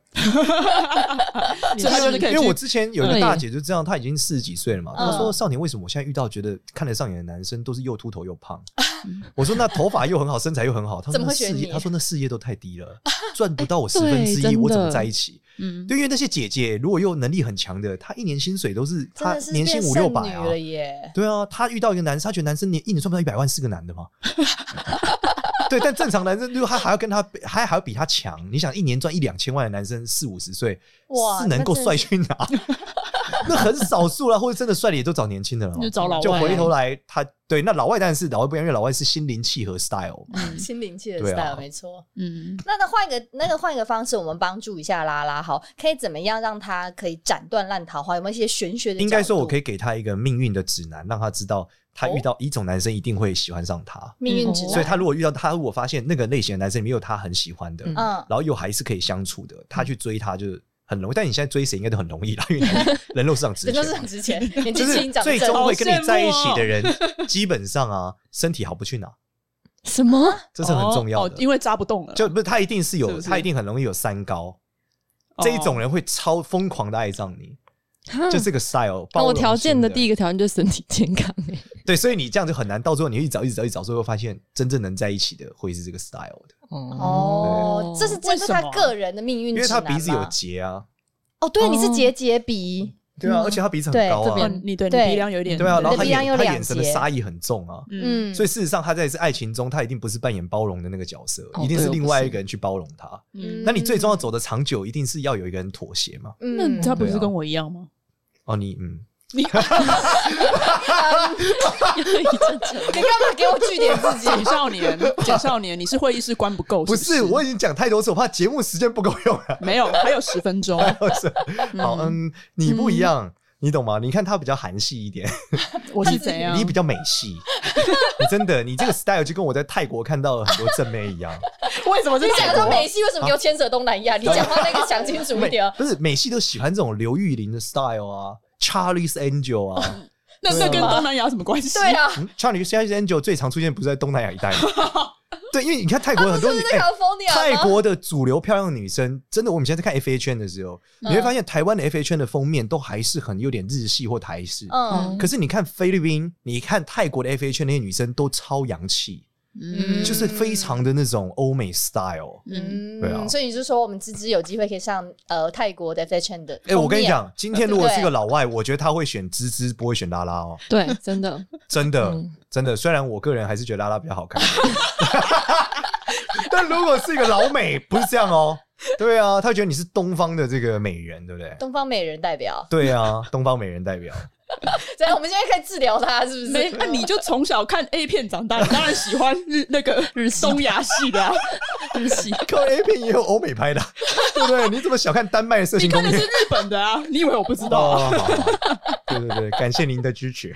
S1: 所以他就是可以
S3: 因为我
S1: 去
S3: 之前有一个大姐就这样，她已经四十几岁了嘛，她
S4: 嗯
S3: 说：“少年，为什么我现在遇到觉得看得上眼的男生都是又秃头又胖？”我说：“那头发又很好，身材又很好。”她说：“
S4: 啊怎么
S3: 那
S4: 会选
S3: 事业，
S4: 你啊哎
S3: 她说那事业都太低了，赚不到我十分之
S5: 对
S3: 一，我怎
S5: 真
S3: 么
S5: 的
S3: 在一起？”
S1: 嗯，
S3: 对，因为那些姐姐如果又能力很强的，她一年薪水都是
S4: 嗯真
S3: 她
S4: 的是
S3: 年薪
S4: 变
S3: 五六
S4: 剩
S3: 百
S4: 女
S3: 啊。
S4: 了耶。
S3: 对啊，她遇到一个男生，她觉得男生年一年赚不到一百万是个男
S1: [laughs]
S3: 的吗？对，但正常男生如果他还要跟他还还要比他强，你想一年赚一两千万的男生四五十岁，
S4: 哇
S3: 是能够
S4: 那真
S3: 帅去哪？那很少数啦，或者真的帅的也都找年轻的了嘛，
S1: 就找老外啊
S3: 就回头来他对那老外当然是老外不一样，因为老外是心灵契合 style 嘛。
S4: 嗯心灵气的
S3: 对啊
S4: style、没错。
S1: 嗯，
S4: 那那换一个那个换一个方式，我们帮助一下拉拉，好，可以怎么样让他可以斩断烂桃花？有没有一些玄学的？
S3: 应该说，我可
S4: 以
S3: 以给他一个命运的指南，让他知道他遇到一种男生一定会喜欢上他。
S4: 命运指南，
S3: 所以他如果遇到他，如果发现那个类型的男生里面有他很喜欢的，
S5: 嗯
S4: 嗯
S3: 然后又还是可以相处的，他去追他就是很容易。但你现在追谁应该都很容易啦，因为男人人肉市场值
S4: 这
S3: 钱嘛
S4: 就是很
S3: [laughs]
S4: 值钱，年纪
S3: 就
S4: 轻
S3: 是
S4: 长
S3: 最
S4: 正
S3: 终会跟
S1: 好羡
S3: 你
S1: 慕
S3: 在一起的人，基本上啊，身体好不去哪，
S5: 什么？
S3: 这是很重要
S1: 哦哦
S3: 的。
S1: 因为扎不动了，
S3: 就不是他一定是有，
S1: 是不是
S3: 他一定很容易有三高，
S1: 哦
S3: 这一种人会超疯狂的爱上你，就这个 style 包
S5: 嗯那
S3: 容
S5: 我
S3: 型。
S5: 条件的第
S3: 一
S5: 一个条件就是身体健康、欸，
S3: 对，所以你这样就很难，到最后你一直找一直找一直找，最后发现真正能在一起的会是这个 style 的，
S4: 哦，这是针对他
S1: 为什么
S4: 个人的命运
S3: 因为
S4: 指
S3: 他
S4: 南吗
S3: 鼻子有结啊，
S4: 哦，对，你是
S5: 哦
S4: 结节鼻，
S3: 对啊，而且他鼻子很
S4: 对
S3: 高
S5: 这
S1: 哦
S3: 啊
S5: 边，
S1: 你对你
S4: 对
S1: 鼻梁有一点
S3: 对啊，然后
S4: 你的
S3: 他
S4: 鼻梁有
S3: 眼他
S4: 两
S3: 眼神的
S4: 节
S3: 杀意很重啊，
S1: 嗯
S4: 嗯，
S3: 所以事实上他在是爱情中，他一定不是扮演包容的那个角色，
S5: 哦
S3: 一定是
S5: 对
S3: 另
S5: 我不
S3: 外
S5: 是
S3: 一个人去包容他。
S1: 嗯，
S3: 那你最终要走的长久，一定是要有一个人妥协嘛？
S1: 那
S4: 嗯，
S1: 他不
S3: 对
S1: 是
S3: 啊
S1: 跟我一样吗？
S3: 哦，你嗯，
S4: 你干嘛给我据点自己？
S1: 简少年， [laughs] 简少年，你是会议室关不够？
S3: 不
S1: 是
S3: 是，我已经讲太多次，我怕节目时间不够用了。
S1: [laughs] 没有，还有十分
S3: [laughs]
S1: 钟。
S3: 好，嗯，你不一样，你懂吗？你看他比较韩系一点，
S1: 我是怎样
S3: 你？比较美系，你真的，你这个 style 就跟我在泰国看到了很多正妹一样。
S1: 为什么是
S4: 你
S1: 泰
S4: 讲
S1: 国 [laughs]
S4: 说？美系为什么给我牵扯东南亚？你讲话那个想清楚一点哦。
S3: 不是美系都喜欢这种刘玉玲的 style 啊，Charlie's Angel 啊。
S1: 那那跟东南亚有什么关系？
S4: 对，啊，
S3: 嗯，Charlie C S Angel 最常出现不是在东南亚一
S4: [laughs]
S3: 带吗？对，因为你看泰国有很多
S4: 啊是
S3: 女、
S4: 在
S3: 哎
S4: California 吗
S3: 泰国的主流漂亮女生，真的，我们现在在看 F A 圈的时候，你
S4: 嗯
S3: 会发现台湾的 F A 圈的封面都还是很有点日系或台式。
S4: 嗯
S3: 可是你看菲律宾，你看泰国的 F A 圈那些女生都超洋气，
S4: 嗯
S3: 就是非常的那种欧美 style。
S4: 嗯
S3: 对啊
S4: 所以你是说我们芝芝有机会可以上呃泰国的 fashion 的？
S3: 哎、我跟你，讲，今天如果是个老外，我觉得他会选芝芝，不会选拉拉哦，
S5: [laughs] 对，真的，
S3: 真的、
S5: 嗯
S3: 真的。虽然我个人还是觉得拉拉比较好看， [laughs] 但如果是一个老美，不是这样哦。对啊，他觉得你是东方的这个美人，对不对？
S4: 东方美人代表，
S3: 对啊，东方美人代表。
S4: 所以我们现在可以治疗他，是不是？
S1: 没，那你就从小看 A 片长大，你当然喜欢日那个日东亚系的啊。
S5: 日系
S3: 看 A 片也有欧美拍的，啊 [laughs] 对不对？你怎么小看丹麦的色
S1: 你
S3: 情
S1: 看
S3: 攻
S1: 的
S3: 略
S1: 是？日本的啊？你以为我不知道啊？
S3: 哦，好好对对对，感谢您的支持。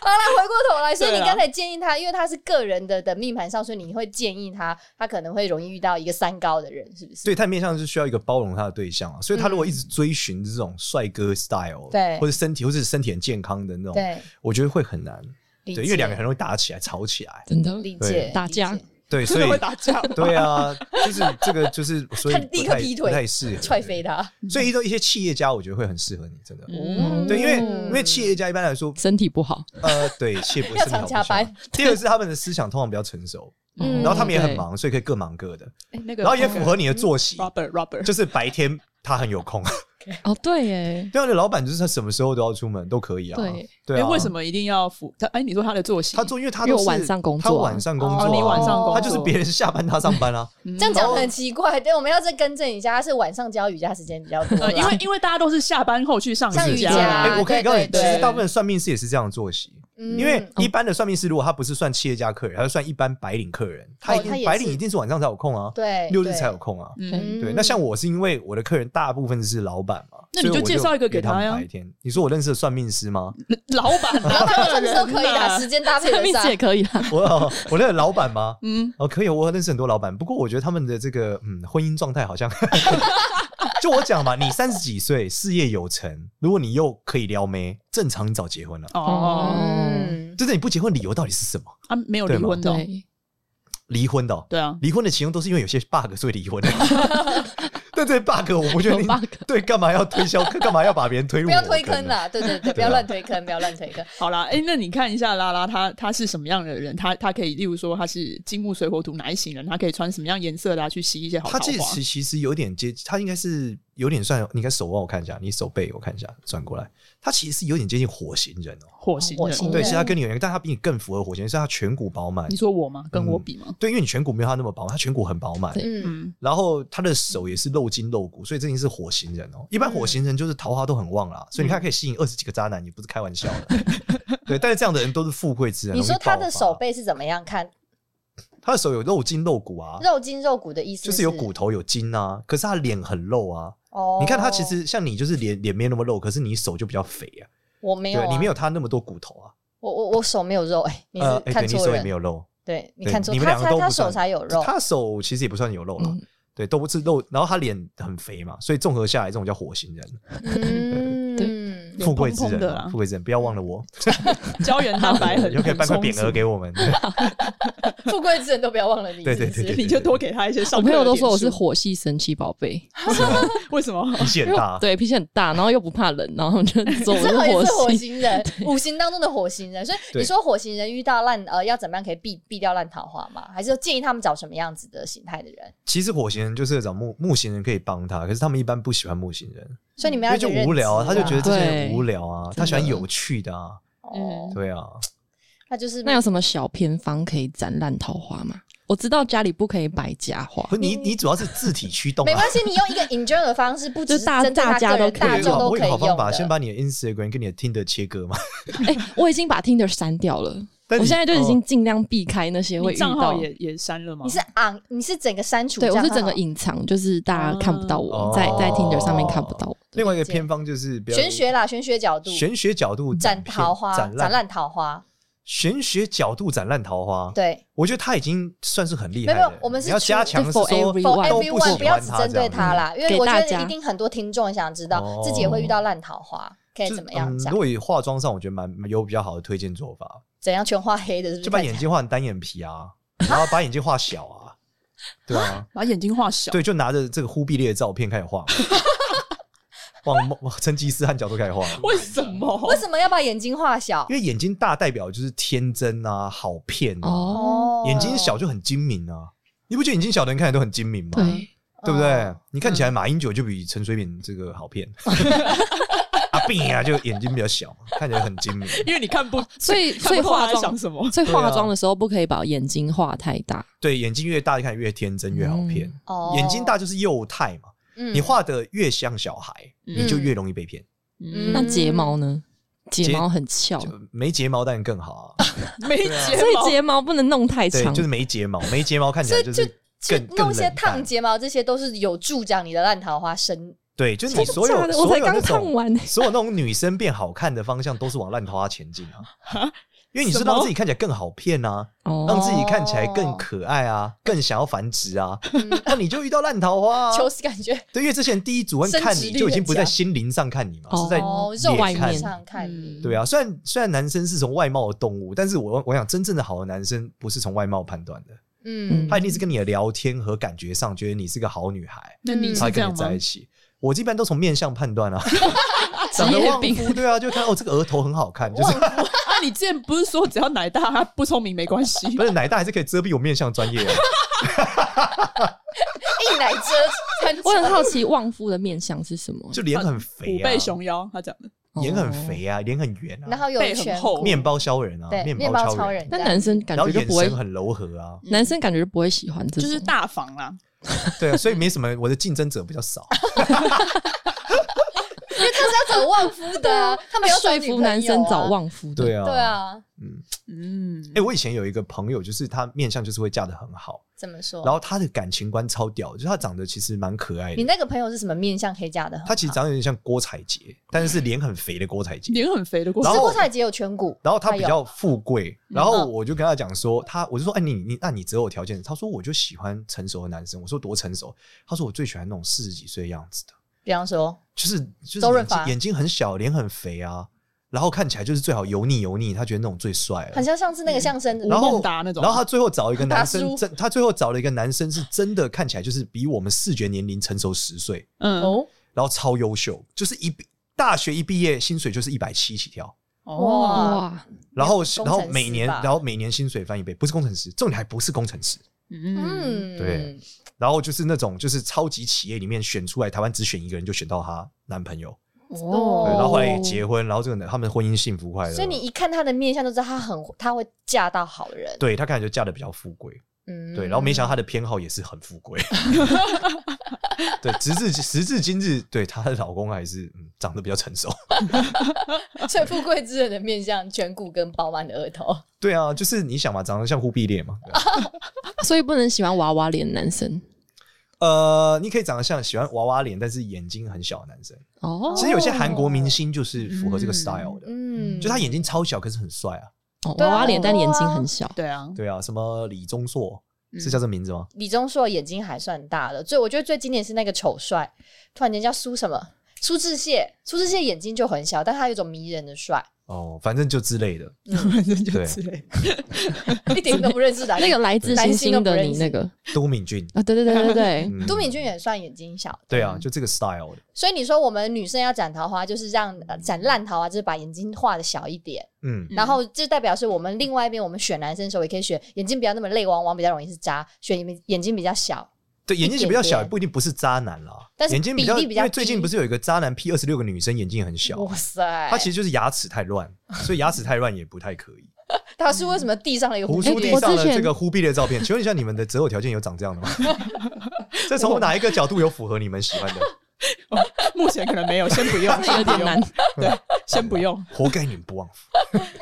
S4: 好啦，回过头来，所以你
S1: 对啊
S4: 刚才建议他，因为他是个人的的命盘上，所以你会建议他，他可能会容易遇到一个三高的人，是不是？
S3: 对，他面向是需要一个包容他的对象啊，所以他如果一直追寻这种帅哥
S1: 嗯
S3: style，
S4: 对
S3: 或者身体或者是身体很健康的那种，
S4: 对，
S3: 我觉得会很难。
S4: 理
S3: 对，
S4: 解
S3: 因为两个很容易打起来、吵起来。
S5: 真的
S4: 理
S3: 对
S4: 解
S5: 打架
S4: 理解
S3: 对，所
S1: [laughs] 真的
S3: 以
S1: [laughs] 会打架吗？
S4: [laughs]
S3: 对啊，就是这个就是，所以
S4: 他
S3: 不
S4: 立刻
S3: 太
S4: 劈腿
S3: 不太适合
S4: [laughs] 踹飞。他。
S3: 对所以一种一些企业家，我觉得会很适合你，真的。
S5: 嗯
S3: 对，因为因为企业家一般来说，
S5: 身体不好，
S3: 呃，对，企业不是
S4: 要
S3: 很好不
S4: 常加
S3: 想
S4: 班。
S3: [laughs] 第二个是他们的思想通常比较成熟，
S4: [laughs]
S5: 哦
S4: 嗯
S3: 然后他们也很
S5: 对
S3: 忙，所以可以各忙各的，
S1: 哎那个，
S3: 然后也符合你的作息，
S1: Robert Robert，
S3: 就是白天他很有空。 [laughs]
S5: 哦，对耶，
S3: 对啊，你老板就是他什么时候都要出门都可以啊。
S5: 对，
S3: 对啊。
S1: 哎为什么一定要符？他哎，你说他的作息，
S3: 他做？因为他
S5: 因
S3: 都
S5: 为我
S3: 是
S5: 晚上工作啊
S3: 他晚上工作啊，
S1: 哦你晚上工作
S3: 他就是别人下班他上班啊。
S1: 嗯
S4: 这样讲很奇怪，对，我们要再更正一下，他是晚上教瑜伽时间比较多啦，
S1: 呃，因为因为大家都是下班后去上
S4: [laughs] 上瑜
S1: 伽，
S4: 伽啊
S3: 哎，我可以告诉你，
S4: 对对
S3: 其
S4: 对
S3: 实大部分算命师也是这样的作息。
S4: 嗯
S3: 因为
S1: 哦
S3: 一般的算命师，如果他不是算企业家客人，他是算一般白领客
S1: 哦
S3: 人，他一定、
S4: 他也是
S3: 白领一定是晚上才有空啊，
S4: 对
S3: 六日才有，空啊。
S1: 嗯，
S4: 对
S3: 对，那像我是因为我的客人大部分是老板嘛，
S1: 那你就
S3: 所以我
S1: 介绍一个给
S3: 他
S1: 他
S3: 们
S1: 呀
S3: 白天，你说我认识的算命师吗？ [laughs]
S1: 老板，
S4: 老 [laughs] 板什么时候可以
S1: 啊
S5: [laughs]
S4: 的？时间搭配得
S5: 算命师也
S4: 上。
S5: 可以啦。
S3: 我哦我那个老板吗？
S1: [laughs] 嗯，
S3: 哦，可以，我认识很多老板，不过我觉得他们的这个嗯婚姻状态
S1: [laughs]
S3: 好像， [laughs] 就我讲嘛，你三十几岁，事业有成，如果你又可以撩妹，正常你早结婚了、
S1: 哦，
S4: 嗯，
S3: 就是你不结婚理由到底是什么？
S1: 啊，没有离婚的哦，
S5: 对，
S3: 离婚的、哦，
S1: 对啊，
S3: 离婚的其中都是因为有些 bug 所以离婚的。但这 bug 我不确定
S5: 有 bug
S3: 对，干嘛要推销？干嘛要把别人推入？啊
S4: 不要推坑！啊啦，对对对，不要乱推坑，不要乱推坑。
S1: 好啦，哎，那你看一下拉拉他他是什么样的人？他他可以，例如说他是金木水火土哪一型人？他可以穿什么样颜色的啊去吸一些好
S3: 他
S1: 桃
S3: 这
S1: 花？
S3: 其其实有点接，他应该是有点算，你看手腕我看一下，你手背我看一下，转过来，他其实是有点接近火星人哦。
S1: 火星
S4: 火星
S1: 人，
S4: 人
S3: 对，
S4: 嗯
S3: 其实他跟你有点，但他比你更符合火星人，所以他颧骨饱满
S1: 你。说我吗？跟
S3: 嗯
S1: 我比吗？
S3: 对，因为你颧骨没有他那么饱满，他颧骨很饱满。
S5: 对
S4: 嗯，
S1: 嗯，
S3: 然后他的手也是露筋露骨，所以这已经是火星人
S4: 嗯
S3: 哦。一般火星人就是桃花都很旺啦，所以你看可以吸引二十几个渣男，也不是开玩笑
S4: [laughs]
S3: 的。对，但是这样的人都是富贵之人。
S4: 你说
S3: 容易爆
S4: 他
S3: 发
S4: 的手，背是怎么样看？
S3: 他的手有露筋露骨啊，
S4: 肉筋肉骨的意思
S3: 就是有骨头有筋啊，可是他脸很露啊。
S4: 哦。
S3: 你看他其实像你，就是脸脸没有那么露，可是你手就比较肥啊，
S4: 我没有啊，
S3: 对，你没有他那么多骨头啊。
S4: 我我我手没有肉，哎，你是
S3: 哎对
S4: 看
S3: 你
S4: 错
S3: 手也
S4: 人
S3: 没，有露，
S4: 对，你
S3: 对
S4: 看错，
S3: 你们
S4: 他
S3: 两个
S4: 他
S3: 都
S4: 他
S3: 不算
S4: 手才有肉，
S3: 他手其实也不算有肉了。
S5: 嗯
S3: 对，都不是露，然后他脸很肥嘛，所以综合下来，这种叫火星人， [laughs]
S4: 嗯，
S3: 富贵之
S1: 蓬蓬
S3: 人
S1: 的
S3: 啊，
S1: 啊
S3: 富贵之人，不要忘了我，
S1: 嗯胶原蛋白很，
S3: [laughs] 你就可以办块匾额
S1: 给。
S3: 给我们。
S4: [laughs]
S3: [laughs]
S4: 富贵之人都不要忘了你，
S3: 对对
S4: 是不是
S3: 对对
S1: 你就多给他一些上
S5: 我
S1: 课
S5: 朋
S1: 的点数。
S5: 友都说我是火系神奇宝贝，
S1: 为什么？
S3: 脾气
S5: 因
S3: 很
S5: 为
S3: 大
S5: 我，对脾气很大，然后又不怕冷，然后就
S1: [laughs]
S5: 说我
S4: 这好也是火
S5: 火系。
S4: 星人， [laughs] 五行当中的火星人。所以
S3: 对
S4: 你说火星人遇到烂呃，要怎么样可以避避掉烂桃花吗？还是建议他们找什么样子的形态的人？
S3: 其实火星人就是找木木星人可以帮他，可是他们一般不喜欢木星人，
S4: 所以你
S3: 因
S4: 们要
S3: 为
S4: 有
S3: 就
S4: 个认知
S3: 无聊啊，他就觉得这些人
S5: 对
S3: 无聊啊，他喜欢有趣的啊，
S4: 哦，
S3: 对啊，
S4: 那就是
S5: 那有什么小偏方可以斩烂桃花吗？我知道家里不可以摆假花
S3: 不，是你你主要是字体驱动
S4: 没
S3: 啊。
S4: 关系，你用一个 enjoy 的方式，不只是
S5: 就大
S4: 针对他
S5: 大家
S4: 个人
S5: 都可以
S4: 大
S3: 我有一个好
S4: 众都
S3: 我有
S4: 可
S3: 一个
S4: 以
S3: 好方
S4: 用
S3: 法，先
S4: 的。
S3: 把你的 Instagram 跟你的 Tinder 切割嘛。 [laughs]
S5: 哎、我已经把 Tinder 删掉了，
S3: 但
S5: 我
S3: 你
S5: 现在就已经
S3: 哦
S5: 尽量避开那些会
S1: 你
S5: 遇
S1: 账号
S5: 到。
S1: 也也删了吗？
S4: 你是昂，你是整个删除，
S5: 对，我
S4: 这
S5: 是
S4: 样
S5: 整个
S4: 好
S5: 隐藏，就是大家看不到我，
S3: 哦
S5: 在在 Tinder 上面看不到我。
S3: [laughs] 另外一个
S4: 理解
S3: 偏方就是不要
S4: 玄学啦，玄学角度
S3: 玄学角度
S4: 斩
S3: 片
S4: 桃花，
S3: 斩
S4: 斩烂桃花，
S3: 玄学角度斩烂桃花。，
S4: 对。
S3: 我觉得他已经算是很厉害
S4: 没
S3: 的
S4: 有
S3: 人。
S4: 没有我们是
S3: 你要加
S4: 出
S3: 强是
S5: for
S3: 说
S4: For
S5: everyone
S3: 都不喜
S4: everyone，不要
S3: 欢
S4: 只
S3: 他
S4: 针
S3: 这
S4: 对
S3: 样嗯
S4: 他啦，因为
S5: 给
S4: 我觉
S5: 大
S4: 得
S5: 家
S4: 一定很多听众想知道
S3: 哦
S4: 自己也会遇到烂桃花，可以
S3: 就是
S4: 怎么样
S3: 嗯
S4: 讲
S3: 如？果以化妆上，我觉得蛮有比较好的推荐做法，
S4: 怎样全画黑的？是不是
S3: 就把
S4: 看起来
S3: 眼睛画成单眼皮
S4: [laughs]
S3: 啊，然后把眼睛画小啊，对啊，
S1: 把眼睛画小，
S3: 对，就拿着这个忽必烈的照片开始
S4: [laughs]
S3: 画嘛，往往成吉思汗角度开始画，
S1: 为什么？
S4: 为什么要把眼睛画小
S3: 因？为眼睛大代表就是天真啊、好骗啊，
S5: 哦，
S3: 眼睛小，就很精明啊。你不觉得眼睛小的人看起来都很精明吗？
S5: 对，
S3: 对不对
S4: 哦？嗯
S3: 你看起来马英九就比陈水扁这个好骗， [laughs] 阿扁啊就眼睛比较小，看起来很精明。
S1: 因为你看不，
S5: 哦所以
S1: [laughs] 看
S5: 所以
S1: 不透
S5: 化
S1: 他在
S5: 妆
S1: 想什么？
S5: 所以化
S3: 对啊
S5: 妆的时候不可以把眼睛画太大。
S3: 对，眼睛越大，看起来越天真，越好骗。
S4: 哦
S3: 眼睛大，就是幼态嘛，
S4: 嗯
S3: 你画的越像小孩，
S1: 嗯
S3: 你就越容易被骗。
S4: 嗯
S5: 那睫毛呢？睫毛很翘，
S3: 就没睫毛当然更好
S5: 哦
S3: 啊，
S1: 没
S5: 所
S1: 睫
S5: 以
S1: 毛，
S5: 睫毛不能弄太
S3: 对，
S5: 长。
S3: 就是没睫毛，没睫毛看起来就是
S4: 去
S3: 更更
S4: 弄
S3: 冷
S4: 一些烫
S3: 淡
S4: 睫毛，这些都是有助长你的烂桃花生。
S3: [laughs] 对，就是你所
S5: 真的假
S3: 有
S5: 的我
S3: 所
S5: 才
S3: 有那
S5: 刚烫
S3: 种
S5: 完欸呢。
S3: 所有那种女生变好看的方向，都是往烂桃花前进啊。
S1: [laughs]
S3: 因为你是
S1: 什么
S3: 让自己看起来更好骗啊，让
S5: 哦，
S3: 自己看起来更可爱啊，更想要繁殖啊，
S1: 哦
S3: 那你就遇到烂桃花
S1: [laughs]
S3: 啊。
S4: 求嗯感觉
S3: 对，因为之前第一主观
S4: 生
S3: 看
S4: 殖
S3: 你
S4: 率
S3: 就已经
S4: 很
S3: 不在
S4: 强
S3: 心灵上看你嘛，
S5: 哦
S3: 是在
S4: 哦，
S3: 脸
S4: 肉
S5: 外
S4: 眼
S3: 看
S5: 面
S4: 上看你，
S3: 对啊，虽然虽然男生是从外貌的动物，但是我我想真正的好的男生不是从外貌判断的，
S4: 嗯，
S3: 她一定是跟你的聊天和感觉上觉得你是个好女孩，
S1: 那你
S3: 才
S1: 是这
S3: 跟
S1: 样
S3: 你在
S1: 吗
S3: 一？起。我一般都从面相判
S1: [laughs]
S3: 断啊，长得旺夫，对啊，就看哦，这个额头很好
S1: [laughs]
S3: 看，就是
S1: 啊，你之前不是说只要奶大不聪明没关系？
S3: [laughs] 不是奶大还是可以遮蔽我面相专业啊。
S4: 一奶遮三
S5: 我很好奇旺夫的面相是什么，
S3: 就脸很肥
S1: 虎
S3: 啊，
S1: 背熊腰，他讲的
S3: 眼很肥啊，脸很圆
S4: 哦然
S3: 啊，
S4: 后有
S1: 背
S4: 拳
S1: 很，厚，
S3: 面包削人啊，
S4: 对，面包
S3: 包
S4: 超
S3: 人，
S4: 人。
S5: 但
S4: 这样
S5: 男生感
S3: 然后
S5: 觉就
S3: 眼
S5: 不会
S3: 神，很柔和啊，
S4: 嗯
S5: 男生感觉就不会喜欢这
S1: 就
S5: 种，
S1: 是大房啦。
S3: 对啊，所以没什么，我的竞争者比较
S5: [laughs]
S3: 少。
S4: 他是要找旺夫的
S5: [laughs]
S4: 啊，他们要找
S5: 说
S4: 女朋
S5: 服
S4: 友啊
S5: 男生找。旺夫的，
S3: 对啊，
S4: 对。啊，
S1: 嗯，
S3: 哎，我以前有一个朋友，就是他面相就是会嫁的很好，
S4: 怎么说？
S3: 然后他的感情观超屌，就是他长得其实蛮可爱
S4: 你
S3: 的。
S4: 那个朋友是什么面相可以嫁的？
S3: 他其实长得有点像郭采洁，但是脸很肥的郭采洁。
S1: 脸很肥的过
S3: 然
S1: 程
S3: 后
S4: 是郭采洁有颧骨，
S3: 然后他比
S4: 还有
S3: 较富贵，然后我就跟他讲说，他我就说，哎，你你那你择偶条件，他说我就喜欢成熟的男生，我说多成熟，他说我最喜欢那种四十几岁的样子的，
S4: 比方说，
S3: 就是就是
S4: 周润
S3: 眼睛
S4: 发
S3: 眼睛很小，脸很肥啊，然后看起来就是最好油腻油腻，他觉得那种最帅了
S4: 很。像上次那个相声的，
S3: 然
S1: 吴
S3: 后
S1: 孟达那种
S3: 然后他最后找一个男
S4: 达
S3: 生，
S4: 叔
S3: 真他最后找了一个男生是真的看起来就是比我们视觉年龄成熟十岁，
S1: 嗯
S4: 哦
S3: 然后超优秀，就是一毕大学一毕业薪水就是一百七起跳。
S1: 哇，
S5: 哇，
S3: 然后
S4: 工程
S3: 然后
S4: 师
S3: 每年
S4: 吧
S3: 然后每年薪水翻一倍，不是工程师，重点还不是工程师，
S1: 嗯，
S4: 嗯，
S3: 对，然后就是那种就是超级企业里面选出来，台湾只选一个人就选到她男朋友，
S4: 哦
S3: 对，然后后来也结婚，然后这个男他们婚姻幸福快乐，
S4: 所以你一看他的面相，就知道他很他会嫁到好人。
S3: 对他看起来就嫁的比较富贵，
S4: 嗯
S3: 对，然后没
S4: [laughs]
S3: 想到他的偏好也是很富贵， [laughs] 对，直至时至今日，对她的老公还是嗯长得比较成熟，
S4: 最富贵之人的面相，颧骨跟饱满的额头，
S3: 对啊，就是你想嘛，长得像忽必烈嘛，对啊
S5: 所以不能喜欢娃娃脸的男生
S3: 呃，你可以长得像喜欢娃娃脸，但是眼睛很小的男生。
S5: 哦
S3: 其实有些韩国明星就是符合这个
S1: 嗯
S3: style 的，
S4: 嗯，
S3: 就他眼睛超小，可是很帅啊。
S5: 哦
S4: 对啊
S5: 娃娃脸，但眼睛很小，
S1: 对啊，
S3: 对啊，什么李钟硕
S4: 嗯
S3: 是叫这名字吗？
S4: 李钟硕眼睛还算大的，最我觉得最经典是那个丑帅，突然间叫苏什么苏志燮，苏志燮眼睛就很小，但他有一种迷人的帅， [laughs]
S3: 哦，反正就之类的。
S1: [laughs] 反正就
S3: 对
S1: 之类的。
S4: 一点都不认识
S5: [laughs]
S4: 的啊。
S5: 那个来自星星的你那个
S3: 都敏俊，
S5: 啊，对对对对对，
S3: 嗯
S4: 都敏俊也算眼睛小，
S3: 对啊，就这个 style 的。
S4: 所以你说我们女生要斩桃花，就是让、呃、斩烂桃花，就是把眼睛画的小一点，
S3: 嗯，
S4: 然后这代表是我们另外一边，我们选男生的时候也可以选眼睛不要那么泪汪汪，比较容易是渣，选眼眼睛比较小。
S3: 对，眼睛比较
S4: 一点
S3: 小，
S4: 点
S3: 不一定不是渣男啦。
S4: 但是
S3: 眼睛比较，
S4: 比例比较
S3: 因为最近不是有一个渣男 P 二十六个女生眼睛很小，
S4: 哇塞！
S3: 他其实就是牙齿太
S4: [laughs]
S3: 乱，所以牙齿太乱也不太可以。
S4: 他是为什么地上了一个
S3: 胡
S4: 胡
S3: 叔
S4: 须
S3: 递
S5: 我
S3: 上了
S5: 之前
S3: 这个忽必烈的照片，请问一下，你们的择偶条件有长这样的吗？ [laughs] 这从哪一个角度有符合你们喜欢的？
S1: [laughs] 目前可能没有，先
S5: [laughs]
S1: 不用，先
S5: 有
S1: 不
S5: 点难
S1: 用，。对，先不用。
S3: 活该你们不忘福。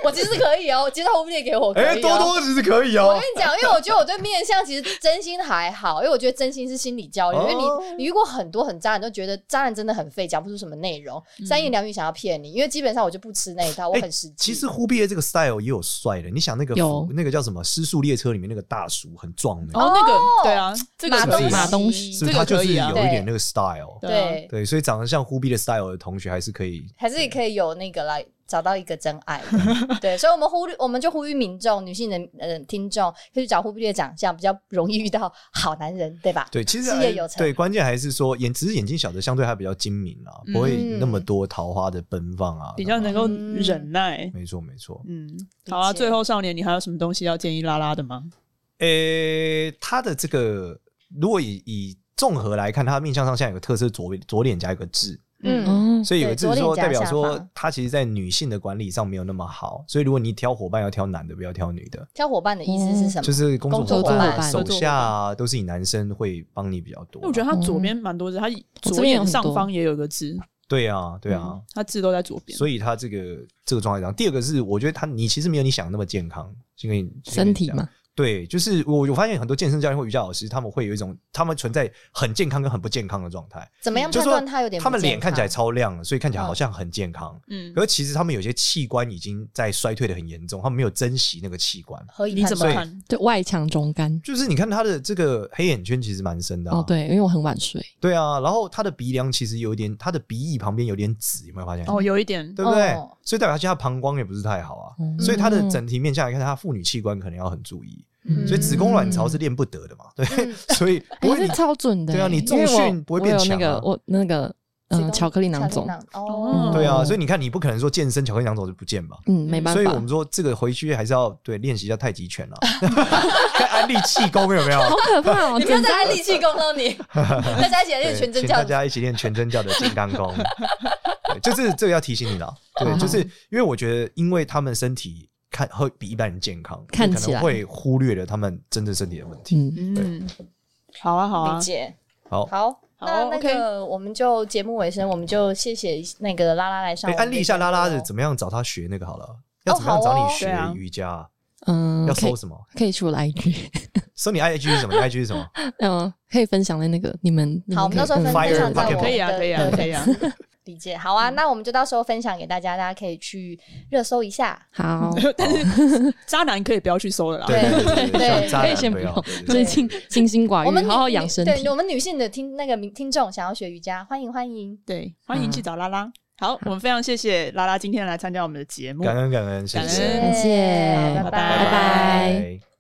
S4: 我其实可以哦，我接到忽必烈给我可以、哦。
S3: 哎，多多其实可以
S4: 我
S3: 哦
S4: 跟。你讲，因为我觉得我对面相其实真心还好，因为我觉得真心是心理交流。因为
S3: 哦
S4: 你你遇过很多很渣男，都觉得渣男真的很废，讲不出什么内容，三言两语想要骗你。因为基本上我就不吃那一套，我
S3: 嗯哎
S4: 很实际。
S3: 其实忽必烈这个 style 也有帅的，你想那个
S5: 有
S3: 福那个叫什么《失速列车》里面那个大叔很壮的，
S1: 哦，那个对啊，这个
S4: 马
S1: 是
S4: 东
S1: 可以
S5: 马东
S4: 锡
S3: 是不是
S1: 这
S3: 他
S1: 个
S3: 就
S1: 可
S3: 是
S1: 以
S3: 有
S1: 啊
S3: 一点那个 style。
S1: 对
S4: 对，
S3: 对，啊所以长得像忽必烈 style 的同学还是可以。
S4: 还是可以有那个来找到一个真爱。
S3: [laughs]
S4: 对，所以我们呼吁，我们就呼吁民众、女性的呃听众，可以去找忽必烈长相，比较容易遇到好男人，对吧？
S3: 对，其实
S4: 事业有成
S3: 对，关键还是说眼，只是眼睛小的，相对还比较精明啊，不会
S4: 嗯
S3: 那么多桃花的奔放啊。
S1: 比较能够
S4: 嗯
S1: 忍耐。
S3: 没错没错。
S1: 嗯，好啊，最后少年，你还有什么东西要建议拉拉的吗？
S3: 诶、他的这个如果以以综合来看，他的面相上现在有个特色，左左脸加一个痣，
S4: 嗯，
S5: 哦，
S3: 所以有个
S4: 对
S3: 痣
S4: 左
S3: 是说
S4: 脸加
S3: 代表
S4: 下
S3: 说
S4: 方
S3: 他其实，在女性的管理上没有那么好。所以如果你挑伙伴，要挑男的，不要挑女的，
S4: 挑伙伴的意思是什么？
S3: 就是工作
S4: 嗯工作
S3: 伙伴
S5: 伙
S3: 啊、
S5: 伴
S3: 手
S1: 合作伙
S3: 下啊，都是以男生会帮你比较多
S1: 因
S3: 啊
S1: 为。我觉得他左边蛮多字，他
S5: 嗯这
S1: 左
S5: 边有
S1: 眼
S5: 很多
S1: 上方也有个字，
S3: 对啊，对
S4: 嗯
S3: 啊。
S1: 他字都在左边。
S3: 所以他这个这个状态上，第二个是我觉得他你其实没有你想的那么健康，先跟你
S5: 身体嘛，
S3: 对，就是我我发现很多健身教练或瑜伽老师，他们会有一种他们存在很健康跟很不健康的状态。
S4: 怎么样
S3: 就
S4: 判
S3: 是说
S4: 断他有点不健康？
S3: 他们脸看起来超亮的，所以看起来好像很健康。
S1: 嗯
S3: 可，是其实他们有些器官已经在衰退的很严重，他们没有珍惜那个器官。
S4: 何以
S1: 嗯你
S4: 判
S1: 怎么
S4: 断？
S1: 看？
S5: 对外强中干。
S3: 就是你看他的这个黑眼圈其实蛮深的、啊，
S5: 哦，对，因为我很晚睡，
S3: 对啊，然后他的鼻梁其实有点，他的鼻翼旁边有点紫，有没有发现？
S1: 哦，有一点，
S3: 对不对？
S4: 哦
S3: 所以代表他现在膀胱也不是太好啊，
S5: 嗯
S3: 所以他的整体面相来看，他妇女器官可能要很注意。
S4: 嗯
S3: 所以子宫卵巢是练不得的嘛，对，所
S5: [laughs]
S3: 以不
S5: 我
S3: 会
S5: 嗯是
S3: 你
S5: 超准的欸、
S3: 对啊你重训
S5: 因为我
S3: 不会变
S5: 我有
S3: 强
S5: 那
S3: 啊
S5: 个我那个
S4: 子
S5: 嗯
S4: 宫
S5: 巧克力囊肿，
S4: 哦，
S3: 对啊，
S5: 哦
S3: 所以你看你不可能说健身巧克力囊肿就不见吧。
S5: 嗯，没办
S3: 所
S5: 法，
S3: 以我们说这个回去还是要对练习一下太极 [laughs] 拳了，看安利气功有没有？
S5: 好可
S3: [laughs]
S5: 怕哦、
S4: 你不要
S5: 简
S4: 再
S5: 单
S4: 来力气功了，你大家一起来练
S3: 对
S4: 全真
S3: 请
S4: 教
S3: 大。家一起练全真教的金刚功。对，就是这个要提醒你了。对，
S5: 嗯
S3: 就是因为我觉得，因为他们身体看会比一般人健康，
S5: 看
S3: 你可
S5: 起
S3: 能
S5: 来
S3: 会忽略了他们真正身体的问题。
S5: 嗯，
S1: 嗯，好啊，好啊
S4: 理，解。
S3: 好，
S4: 好，
S1: 好
S4: 那那
S1: OK
S4: 个我们就节目尾声，我们就谢谢那个拉拉来上
S3: 哎，
S4: 我们
S3: 安
S4: 的节目哦。
S3: 利一下拉拉的怎么样找他学那个好了，要怎么样找
S4: 好
S3: 你
S4: 哦
S1: 对
S3: 学
S1: 啊
S3: 瑜伽啊？
S5: 嗯，
S3: 要
S5: 可以
S3: 搜什么？
S5: 可以出来一句，
S3: 搜你 IG 是什么？你 IG 是什么？
S5: 嗯，可以分享在那个你们你
S4: 好，我
S5: 可
S4: 们到
S5: 以
S4: 时候分
S5: 嗯
S3: 发
S4: 分
S3: 言
S4: 享在我
S3: 发言
S4: 们
S1: 可以啊，
S4: 的
S1: 可以啊，
S4: 的
S1: 可以啊，
S4: [laughs] 理解。好啊，那我们就到时候分享给大家，大家可以去热搜一下。
S5: 好，
S1: [laughs] 但是 [laughs] 渣男可以不要去搜了啦。
S3: 对对
S4: 对
S3: 对，像渣
S5: 可以
S3: 男
S5: 先
S3: 不
S5: 不
S3: 要
S5: 用。
S3: 对对对
S5: 最近清心寡
S4: 我们
S5: 欲，
S4: 女
S5: 好好养身体
S4: 对，我。们女性的听那个民听众想要学瑜伽，欢迎欢迎。
S1: 对，欢迎去找拉拉。好，我们非常谢谢拉拉今天来参加我们的节目，
S3: 感恩感恩，谢
S1: 感
S3: 谢，
S1: 恩
S5: 谢
S1: 拜
S4: 好拜拜
S5: 拜拜。